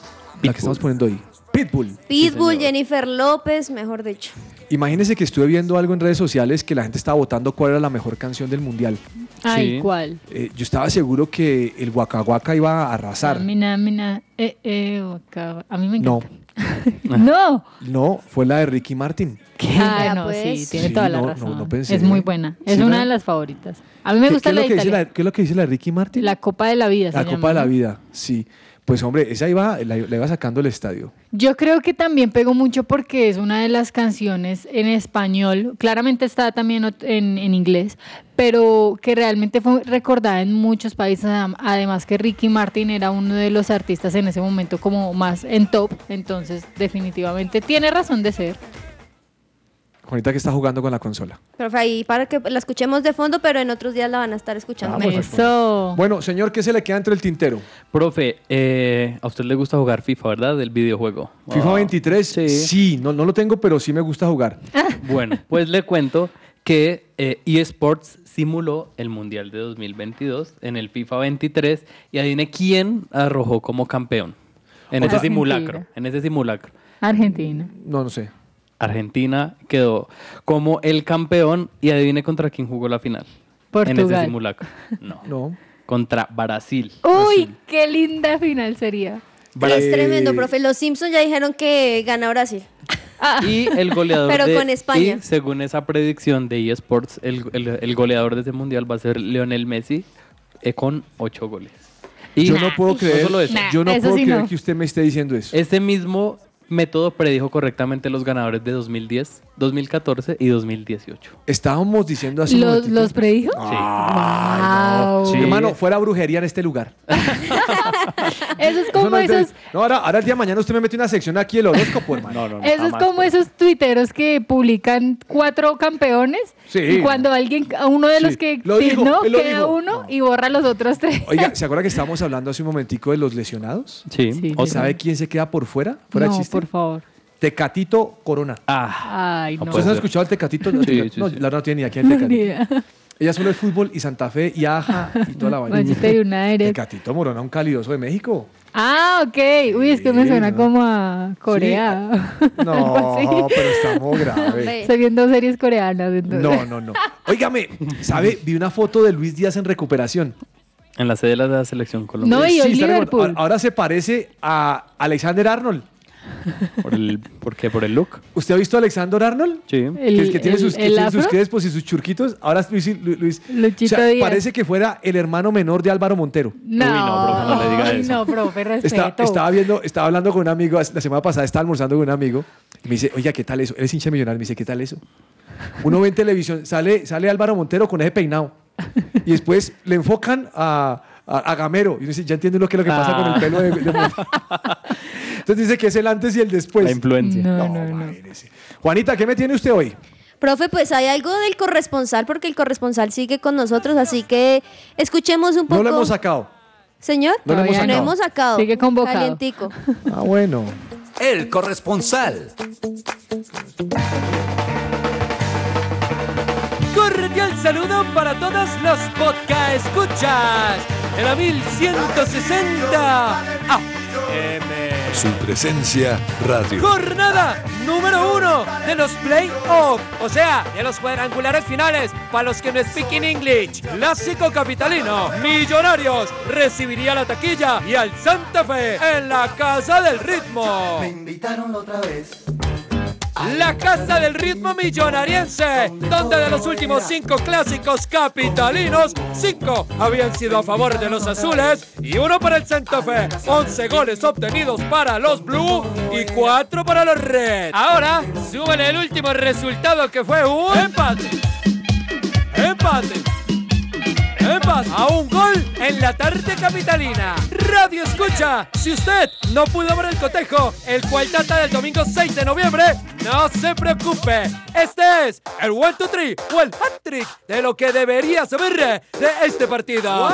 Speaker 6: La que estamos poniendo hoy. Pitbull.
Speaker 11: Pitbull, Jennifer López, mejor dicho.
Speaker 6: Imagínense que estuve viendo algo en redes sociales que la gente estaba votando cuál era la mejor canción del mundial.
Speaker 10: Ay, ¿cuál?
Speaker 6: Eh, yo estaba seguro que el Waka Waka iba a arrasar.
Speaker 10: Mina, mina, eh, eh, acá. a mí me
Speaker 6: No.
Speaker 10: encanta. No.
Speaker 6: No, fue la de Ricky Martin.
Speaker 10: Ah, no, sí,
Speaker 6: pues.
Speaker 10: tiene
Speaker 6: Sí,
Speaker 10: toda la
Speaker 6: no, no,
Speaker 10: razón.
Speaker 6: no pensé. ¿eh?
Speaker 10: es muy buena, es
Speaker 6: Sí,
Speaker 10: una
Speaker 6: ¿no?
Speaker 10: de las favoritas. A mí me
Speaker 6: ¿Qué- qué
Speaker 10: gusta
Speaker 6: es
Speaker 10: la
Speaker 6: lo
Speaker 10: de
Speaker 6: que dice
Speaker 10: Italia.
Speaker 6: la- ¿Qué es lo que dice la de Ricky Martin?
Speaker 10: La Copa de la Vida. se
Speaker 6: La
Speaker 10: llama,
Speaker 6: Copa de la
Speaker 10: ¿no?
Speaker 6: Vida, sí. pues hombre, esa iba, la, la iba sacando el estadio.
Speaker 10: Yo creo que también pegó mucho porque es una de las canciones en español, claramente está también ot- en, en inglés, pero que realmente fue recordada en muchos países, Am- además que Ricky Martin era uno de los artistas en ese momento como más en top, entonces definitivamente tiene razón de ser.
Speaker 6: Juanita que está jugando con la consola.
Speaker 11: Profe, ahí para que la escuchemos de fondo, pero en otros días la van a estar
Speaker 6: Ah,
Speaker 11: escuchando.
Speaker 6: Bueno, señor, ¿qué se le queda entre el tintero?
Speaker 9: Profe, eh, a usted le gusta jugar FIFA, ¿verdad? Del videojuego.
Speaker 6: FIFA
Speaker 9: Ah.
Speaker 6: 23, sí, no, no lo tengo, pero sí me gusta jugar.
Speaker 10: Ah.
Speaker 9: Bueno, pues le cuento que eh, eSports simuló el Mundial de 2022 en el FIFA 23 y adivine quién arrojó como campeón en ese
Speaker 10: Argentina.
Speaker 9: simulacro, en ese simulacro.
Speaker 10: Argentina.
Speaker 6: No, no sé.
Speaker 9: Argentina quedó como el campeón y adivine contra quién jugó la final. En
Speaker 10: Portugal.
Speaker 9: ese simulacro. No.
Speaker 6: No.
Speaker 9: Contra Brasil.
Speaker 10: Uy, qué linda final sería.
Speaker 11: Es
Speaker 6: Eh,
Speaker 9: Eh,
Speaker 11: tremendo, profe. Los Simpsons ya dijeron que gana Brasil.
Speaker 9: Y el goleador
Speaker 11: Pero
Speaker 9: de-
Speaker 11: con España.
Speaker 9: y según esa predicción de eSports, el, el- el goleador de ese mundial va a ser Lionel Messi eh, con ocho goles. Y
Speaker 6: yo no puedo creer,
Speaker 9: solo eso.
Speaker 6: yo no puedo creer que usted me esté diciendo eso.
Speaker 9: Este mismo método predijo correctamente los ganadores de 2010, 2014 y 2018.
Speaker 6: Estábamos diciendo así.
Speaker 10: ¿Los, los predijo?
Speaker 6: Ah,
Speaker 10: Wow.
Speaker 6: Hermano, fuera brujería en este lugar.
Speaker 10: Eso es
Speaker 6: Eso
Speaker 10: como
Speaker 6: no es de-
Speaker 10: esos
Speaker 6: No, ahora, ahora el día de mañana usted me mete una sección aquí el horóscopo, hermano. No, pues. no,
Speaker 10: Eso es como esos tuiteros que publican cuatro campenes
Speaker 6: Sí.
Speaker 10: y cuando alguien, a uno de los
Speaker 6: Sí.
Speaker 10: que
Speaker 6: Lo dijo,
Speaker 10: ¿no?
Speaker 6: él lo
Speaker 10: queda
Speaker 6: dijo.
Speaker 10: uno y borra los otros tres.
Speaker 6: Oiga, ¿se acuerda que estábamos hablando hace un momentico de los lesionados?
Speaker 9: Sí.
Speaker 6: ¿O
Speaker 9: sí,
Speaker 6: sabe
Speaker 9: sí.
Speaker 6: quién se queda por fuera? ¿Fuera de
Speaker 10: No,
Speaker 6: chiste?
Speaker 10: por favor.
Speaker 6: Tecatito Corona.
Speaker 10: Ay, no.
Speaker 6: ¿Ustedes han escuchado el Tecatito? No,
Speaker 9: Ah, Sí,
Speaker 6: no,
Speaker 9: sí,
Speaker 6: no,
Speaker 9: sí.
Speaker 6: la verdad no tiene ni aquí el
Speaker 10: No,
Speaker 6: Tecatito.
Speaker 10: ni idea.
Speaker 6: Ella solo es fútbol y Santa Fe y Aja y toda la vaina.
Speaker 10: Manchester United.
Speaker 6: Tecatito Morona, un calidoso de México.
Speaker 10: Ah, ok. Uy, es que me suena como a Corea. Algo así.
Speaker 6: No, pero estamos grave.
Speaker 10: Estoy viendo series coreanas. entonces.
Speaker 6: No, no, no. Óigame, ¿sabe? Vi una foto de Luis Díaz en recuperación.
Speaker 9: En la sede de la, de la selección colombiana.
Speaker 10: No, y hoy
Speaker 6: está
Speaker 10: Liverpool.
Speaker 6: recordado. Ahora, ahora se parece a Alexander Arnold.
Speaker 9: ¿Por, el, ¿Por qué? ¿Por el look?
Speaker 6: ¿Usted ha visto a Alexander Arnold?
Speaker 9: Sí.
Speaker 6: que el que tiene
Speaker 10: el-
Speaker 6: sus, que
Speaker 10: el
Speaker 6: tiene sus
Speaker 10: afro?
Speaker 6: crespos y sus churquitos. Ahora es Luis. Lu- Luis. O sea,
Speaker 10: Díaz.
Speaker 6: parece que fuera el hermano menor de Álvaro Montero.
Speaker 10: No,
Speaker 6: profe, no le diga
Speaker 10: ay,
Speaker 6: eso.
Speaker 10: no, profe, respeto.
Speaker 6: Está- estaba viendo, estaba hablando con un amigo la semana pasada, estaba almorzando con un amigo y me dice, oiga, ¿qué tal eso? Él es hincha millonario, me dice, ¿qué tal eso? Uno ve en televisión, sale, sale Álvaro Montero con ese peinado y después le enfocan a, a- a Gamero y uno dice, ya entiendo lo que, lo que pasa con el pelo de, de Montero". Entonces dice que es el antes y el después. La
Speaker 9: influencia.
Speaker 6: No, imagínese. Juanita, ¿qué me tiene usted hoy?
Speaker 11: Profe, pues hay algo del corresponsal, porque el corresponsal sigue con nosotros, así que escuchemos un
Speaker 6: No
Speaker 11: poco.
Speaker 6: lo hemos sacado.
Speaker 11: Señor,
Speaker 6: No lo hemos sacado.
Speaker 11: sacado.
Speaker 10: Sigue convocado.
Speaker 11: Calientico.
Speaker 6: Ah, bueno.
Speaker 17: El corresponsal.
Speaker 8: Cordial saludo para todos los podcast escuchas de la 1160 Ah, AM.
Speaker 2: Su presencia radio.
Speaker 8: Jornada número uno de los playoffs, o sea, de los cuadrangulares finales para los que no speaking English. Clásico capitalino, Millonarios recibiría la taquilla y al Santa Fe en la Casa del Ritmo. Me invitaron otra vez. La casa del ritmo millonariense, donde de los últimos cinco clásicos capitalinos, cinco habían sido a favor de los azules y uno para el Santa Fe. 11 goles obtenidos para los Blue y cuatro para los Red. Ahora, suben el último resultado que fue un empate. Empate. Epas, a un gol en la tarde capitalina. Radio Escucha, si usted no pudo ver el cotejo, el cual data del domingo 6 de noviembre, no se preocupe. Este es el 1 2 3 o el hat-trick de lo que debería saber de este partido.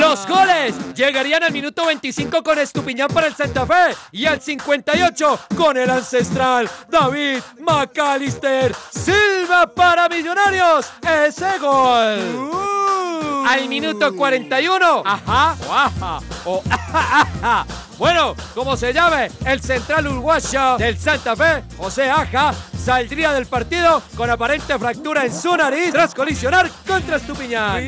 Speaker 8: Los goles llegarían al minuto 25 con Estupiñán para el Santa Fe y al 58 con el ancestral David McAllister Silva para Millonarios. Ese gol. Al minuto 41. Ajá, o ajá, o ajá, ajá. Bueno, como se llame, el central uruguayo del Santa Fe, José Aja, saldría del partido con aparente fractura en su nariz tras colisionar contra Estupiñán.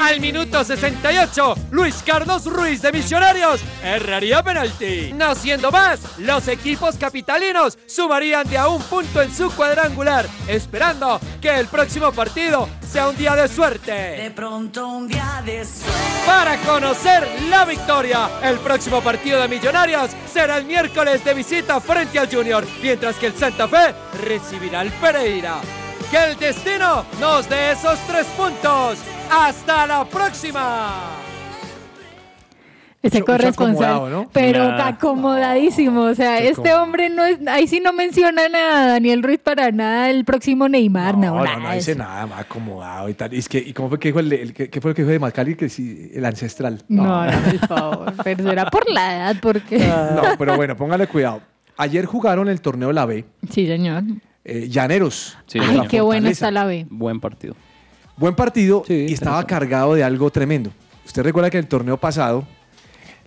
Speaker 8: al minuto 68, Luis Carlos Ruiz de Millonarios erraría penalti. No siendo más, los equipos capitalinos sumarían de a un punto en su cuadrangular, esperando que el próximo partido sea un día de suerte.
Speaker 30: De pronto un día de suerte.
Speaker 8: Para conocer la victoria, el próximo partido de Millonarios será el miércoles de visita frente al Junior, mientras que el Santa Fe recibirá al Pereira. Que el destino nos dé esos tres puntos. Hasta la próxima.
Speaker 6: Mucho-
Speaker 10: Ese
Speaker 6: mucho
Speaker 10: corresponsal,
Speaker 6: acomodado, ¿no?
Speaker 10: pero
Speaker 6: Nah.
Speaker 10: acomodadísimo. O sea,
Speaker 6: Qué
Speaker 10: este hombre no es. Ahí sí no menciona nada, Daniel Ruiz, para nada. El próximo Neymar, no,
Speaker 6: No,
Speaker 10: nada
Speaker 6: no, no
Speaker 10: de
Speaker 6: dice
Speaker 10: eso.
Speaker 6: nada, más acomodado y tal. Y, es que, ¿Y cómo fue que dijo el, de- el- qué fue lo que dijo de Macali? Que sí, el ancestral.
Speaker 10: No, no, por favor. Pero será por la edad, porque.
Speaker 6: No, pero bueno, póngale cuidado. Ayer jugaron el torneo La B,
Speaker 10: Sí, señor.
Speaker 6: eh, Llaneros.
Speaker 10: Ay, qué buena está la B.
Speaker 6: Buen partido. Buen partido y estaba cargado de algo tremendo. ¿Usted recuerda que en el torneo pasado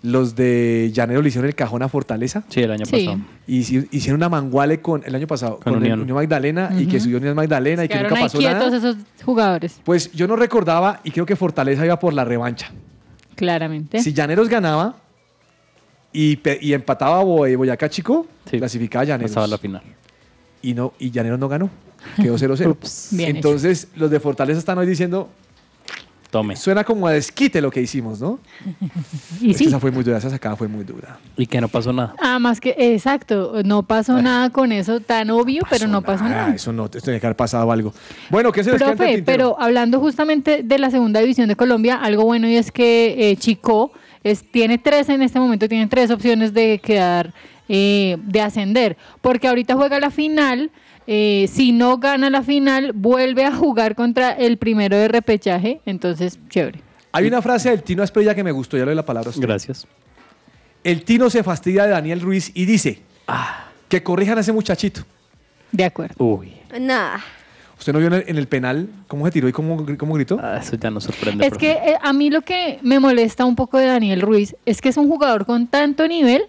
Speaker 6: los de Llaneros le hicieron el cajón a Fortaleza?
Speaker 9: Sí, el año
Speaker 10: Sí. pasado.
Speaker 6: Y hici- hicieron una manguale con el año pasado con,
Speaker 9: Con
Speaker 6: el
Speaker 9: Unión.
Speaker 6: Unión Magdalena y que
Speaker 10: Ujú.
Speaker 6: subió Unión Magdalena y que
Speaker 10: Quedaron
Speaker 6: nunca
Speaker 10: ahí
Speaker 6: pasó
Speaker 10: quietos
Speaker 6: nada.
Speaker 10: esos jugadores,
Speaker 6: Pues yo no recordaba y creo que Fortaleza iba por la revancha.
Speaker 10: claramente.
Speaker 6: Si Llaneros ganaba y, pe- y empataba Bo- eh, Boyacá Chico, clasificaba Llaneros.
Speaker 9: Pasaba a la final.
Speaker 6: Y, no, y Llaneros no ganó. Quedó 0-0.
Speaker 10: Bien
Speaker 6: Entonces, los de Fortaleza están hoy diciendo.
Speaker 9: Tome.
Speaker 6: Suena como a desquite lo que hicimos, ¿no?
Speaker 10: Y
Speaker 6: Es que
Speaker 10: sí.
Speaker 6: esa fue muy dura, esa sacada fue muy dura.
Speaker 9: Y que no pasó nada.
Speaker 10: Ah, más que, exacto, no pasó nada con eso tan obvio, pero no pasó nada.
Speaker 6: Ah, eso no, eso tenía que haber pasado algo. Bueno, ¿qué se les queda ante el
Speaker 10: Profe,
Speaker 6: tintero?
Speaker 10: pero hablando justamente de la segunda división de Colombia, algo bueno y es que eh, Chico es, tiene tres en este momento, tiene tres opciones de quedar, eh, de ascender, porque ahorita juega la final. eh, si no gana la final, vuelve a jugar contra el primero de repechaje. Entonces, chévere.
Speaker 6: Hay una frase del Tino Asprilla que me gustó, ya le doy la palabra a usted.
Speaker 9: Gracias.
Speaker 6: El Tino se fastidia de Daniel Ruiz y dice
Speaker 9: Ah.
Speaker 6: que corrijan a ese muchachito.
Speaker 10: De acuerdo.
Speaker 9: Uy.
Speaker 11: Nah.
Speaker 6: ¿Usted no vio en el, en el penal cómo se tiró y cómo, gri- cómo gritó?
Speaker 9: Ah, eso ya nos sorprende.
Speaker 10: Es que eh, a mí lo que me molesta un poco de Daniel Ruiz es que es un jugador con tanto nivel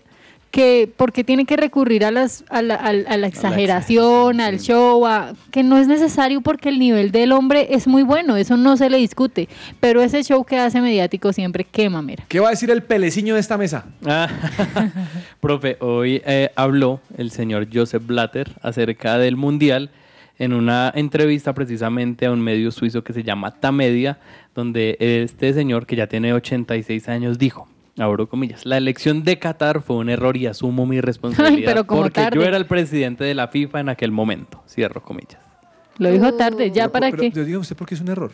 Speaker 10: que porque tiene que recurrir a, las, a, la, a la- a la exageración, al show, a- que no es necesario porque el nivel del hombre es muy bueno, eso no se le discute, pero ese show que hace mediático siempre, qué mamera.
Speaker 6: ¿Qué va a decir el peleciño de esta mesa?
Speaker 9: Profe, hoy eh, habló el señor Joseph Blatter acerca del Mundial en una entrevista precisamente a un medio suizo que se llama Tamedia, donde este señor que ya tiene 86 años dijo, abro comillas, la elección de Qatar fue un error y asumo mi responsabilidad
Speaker 10: pero como
Speaker 9: porque yo
Speaker 10: tarde.
Speaker 9: era el presidente de la FIFA en aquel momento, cierro comillas.
Speaker 10: Lo dijo tarde, ya para
Speaker 6: pero,
Speaker 10: qué.
Speaker 6: Yo digo, ¿usted por qué es un error?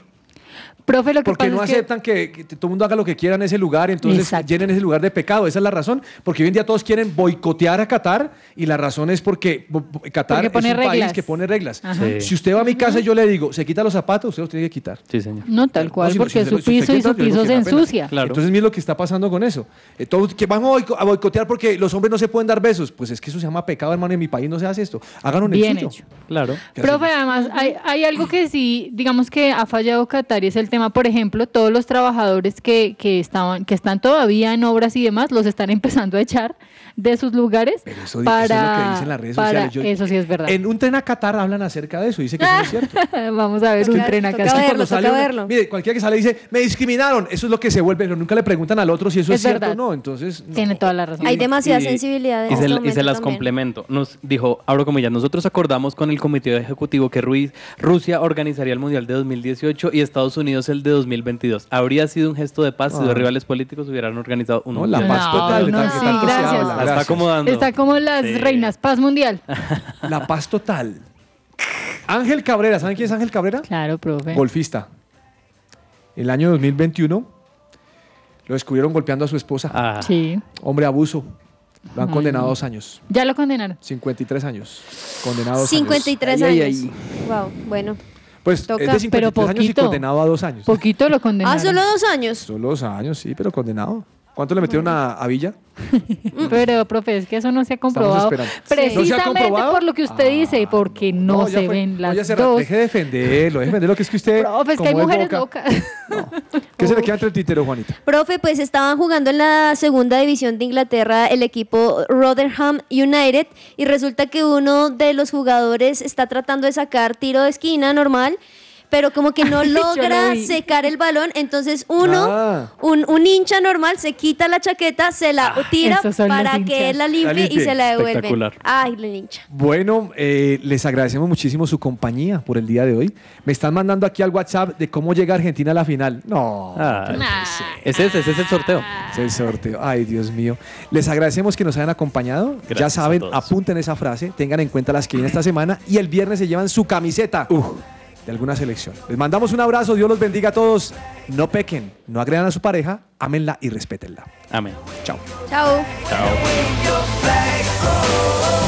Speaker 10: Profe, lo que
Speaker 6: Porque
Speaker 10: pasa
Speaker 6: no
Speaker 10: es que...
Speaker 6: aceptan que, que todo el mundo haga lo que quiera en ese lugar, entonces
Speaker 10: Exacto.
Speaker 6: llenen ese lugar de pecado. Esa es la razón. Porque hoy en día todos quieren boicotear a Qatar y la razón es porque bo- bo- Qatar
Speaker 10: Porque pone
Speaker 6: es un
Speaker 10: reglas.
Speaker 6: país que pone reglas.
Speaker 10: Ajá. Sí.
Speaker 6: Si usted va a mi casa y yo le digo, se quita los zapatos, usted los tiene que quitar.
Speaker 9: Sí, señor.
Speaker 10: No, tal cual,
Speaker 6: No, si no,
Speaker 10: porque
Speaker 6: si
Speaker 10: su
Speaker 6: se- si se
Speaker 10: piso y
Speaker 6: quita,
Speaker 10: su
Speaker 6: yo digo que
Speaker 10: piso se
Speaker 6: da pena.
Speaker 10: ensucia.
Speaker 6: Entonces, mire lo que está pasando con eso. Eh, todos que vamos a boico- a boicotear porque los hombres no se pueden dar besos. Pues es que eso se llama pecado, hermano. En mi país no se hace esto. Hagan un
Speaker 10: Bien
Speaker 6: suyo.
Speaker 10: hecho.
Speaker 9: Claro.
Speaker 10: Profe, además, hay, hay algo que sí, digamos que ha fallado Qatar y es el tema, por ejemplo, todos los trabajadores que, que, estaban, que están todavía en obras y demás, los están empezando a echar de sus lugares
Speaker 6: Eso, di-
Speaker 10: para...
Speaker 6: eso es lo que dicen las redes
Speaker 10: para-
Speaker 6: sociales. Yo-
Speaker 10: eso sí es verdad.
Speaker 6: En un tren a Qatar hablan acerca de eso. Dice que eso no es cierto.
Speaker 10: Vamos a ver un tren acá.
Speaker 6: Es que cuando sale uno- Mire, cualquiera que sale dice, me discriminaron. Eso es lo que se vuelve, pero nunca le preguntan al otro si eso es,
Speaker 10: Es
Speaker 6: cierto o
Speaker 10: verdad.
Speaker 6: no. Entonces, no.
Speaker 10: Tiene toda la razón.
Speaker 11: Hay demasiada
Speaker 9: Y-
Speaker 11: sensibilidad en
Speaker 9: Y se,
Speaker 11: este
Speaker 9: la- y se
Speaker 11: momento
Speaker 9: las
Speaker 11: también.
Speaker 9: complemento. Nos dijo, abro comillas, nosotros acordamos con el comité ejecutivo que Ruiz, Rusia organizaría el Mundial de 2018 y Estados Unidos el de 2022. Habría sido un gesto de paz si
Speaker 6: Ah.
Speaker 9: los rivales políticos hubieran organizado uno.
Speaker 6: No, la paz No, total, no, de tal que sí, tanto se gracias. habla.
Speaker 9: La está
Speaker 6: Gracias.
Speaker 9: acomodando.
Speaker 10: Está como las
Speaker 9: Sí.
Speaker 10: reinas, paz mundial.
Speaker 6: La paz total. Ángel Cabrera, ¿saben quién es Ángel Cabrera?
Speaker 10: Claro, profe.
Speaker 6: Golfista. El año 2021 lo descubrieron golpeando a su esposa.
Speaker 10: Sí.
Speaker 6: Hombre abuso. Lo han
Speaker 10: Ay,
Speaker 6: condenado a
Speaker 10: no.
Speaker 6: dos años.
Speaker 10: Ya lo condenaron.
Speaker 6: 53 años. Condenado a dos
Speaker 11: 53
Speaker 6: años.
Speaker 11: años.
Speaker 6: Ay, ay, ay.
Speaker 11: Wow, bueno.
Speaker 6: Pues
Speaker 11: Toca,
Speaker 6: es de 53
Speaker 11: pero
Speaker 6: años y
Speaker 11: poquito.
Speaker 6: condenado a dos años.
Speaker 10: Poquito lo condenaron.
Speaker 11: Ah, solo dos años.
Speaker 6: Solo dos años, sí, pero condenado. ¿Cuánto le metieron a, a Villa?
Speaker 10: Pero, profe, es que eso no se ha comprobado.
Speaker 6: Mm. esperando. Sí.
Speaker 10: Precisamente
Speaker 6: ¿No se ha comprobado? Ah.
Speaker 10: por lo que usted dice, porque no,
Speaker 6: No, ya
Speaker 10: se
Speaker 6: fue.
Speaker 10: ven
Speaker 6: No,
Speaker 10: las
Speaker 6: ya se ra-
Speaker 10: dos.
Speaker 6: Deje de defenderlo, deje de defenderlo, que es que usted.
Speaker 10: Profe, es que hay
Speaker 6: como
Speaker 10: mujeres
Speaker 6: boca-
Speaker 10: locas.
Speaker 6: ¿Qué se le queda entre el tintero, Juanita?
Speaker 11: Profe, pues estaban jugando en la segunda división de Inglaterra el equipo Rotherham United y resulta que uno de los jugadores está tratando de sacar tiro de esquina normal, pero como que no
Speaker 10: Ay, yo lo
Speaker 11: logra
Speaker 10: vi.
Speaker 11: secar el balón. Entonces uno,
Speaker 6: Ah.
Speaker 11: un, un hincha normal, se quita la chaqueta, se la tira
Speaker 6: esos son los
Speaker 11: para que
Speaker 6: hinchas.
Speaker 11: él la limpie,
Speaker 6: La limpie.
Speaker 11: y se la devuelve.
Speaker 6: Espectacular.
Speaker 11: Ay, el hincha.
Speaker 6: Bueno, eh, les agradecemos muchísimo su compañía por el día de hoy. Me están mandando aquí al WhatsApp de cómo llega Argentina a la final. No.
Speaker 9: Ah, es ese, ese es el sorteo.
Speaker 6: Es el sorteo. Ay, Dios mío. Les agradecemos que nos hayan acompañado. ya
Speaker 9: Gracias a
Speaker 6: saben,
Speaker 9: todos.
Speaker 6: apunten esa frase, tengan en cuenta las que vienen esta semana y el viernes se llevan su camiseta de alguna selección. Les mandamos un abrazo, Dios los bendiga a todos. No pequen, no agredan a su pareja, ámenla y respétenla.
Speaker 9: Amén.
Speaker 6: Chao.
Speaker 11: Chao.
Speaker 9: Chao.
Speaker 29: Oh.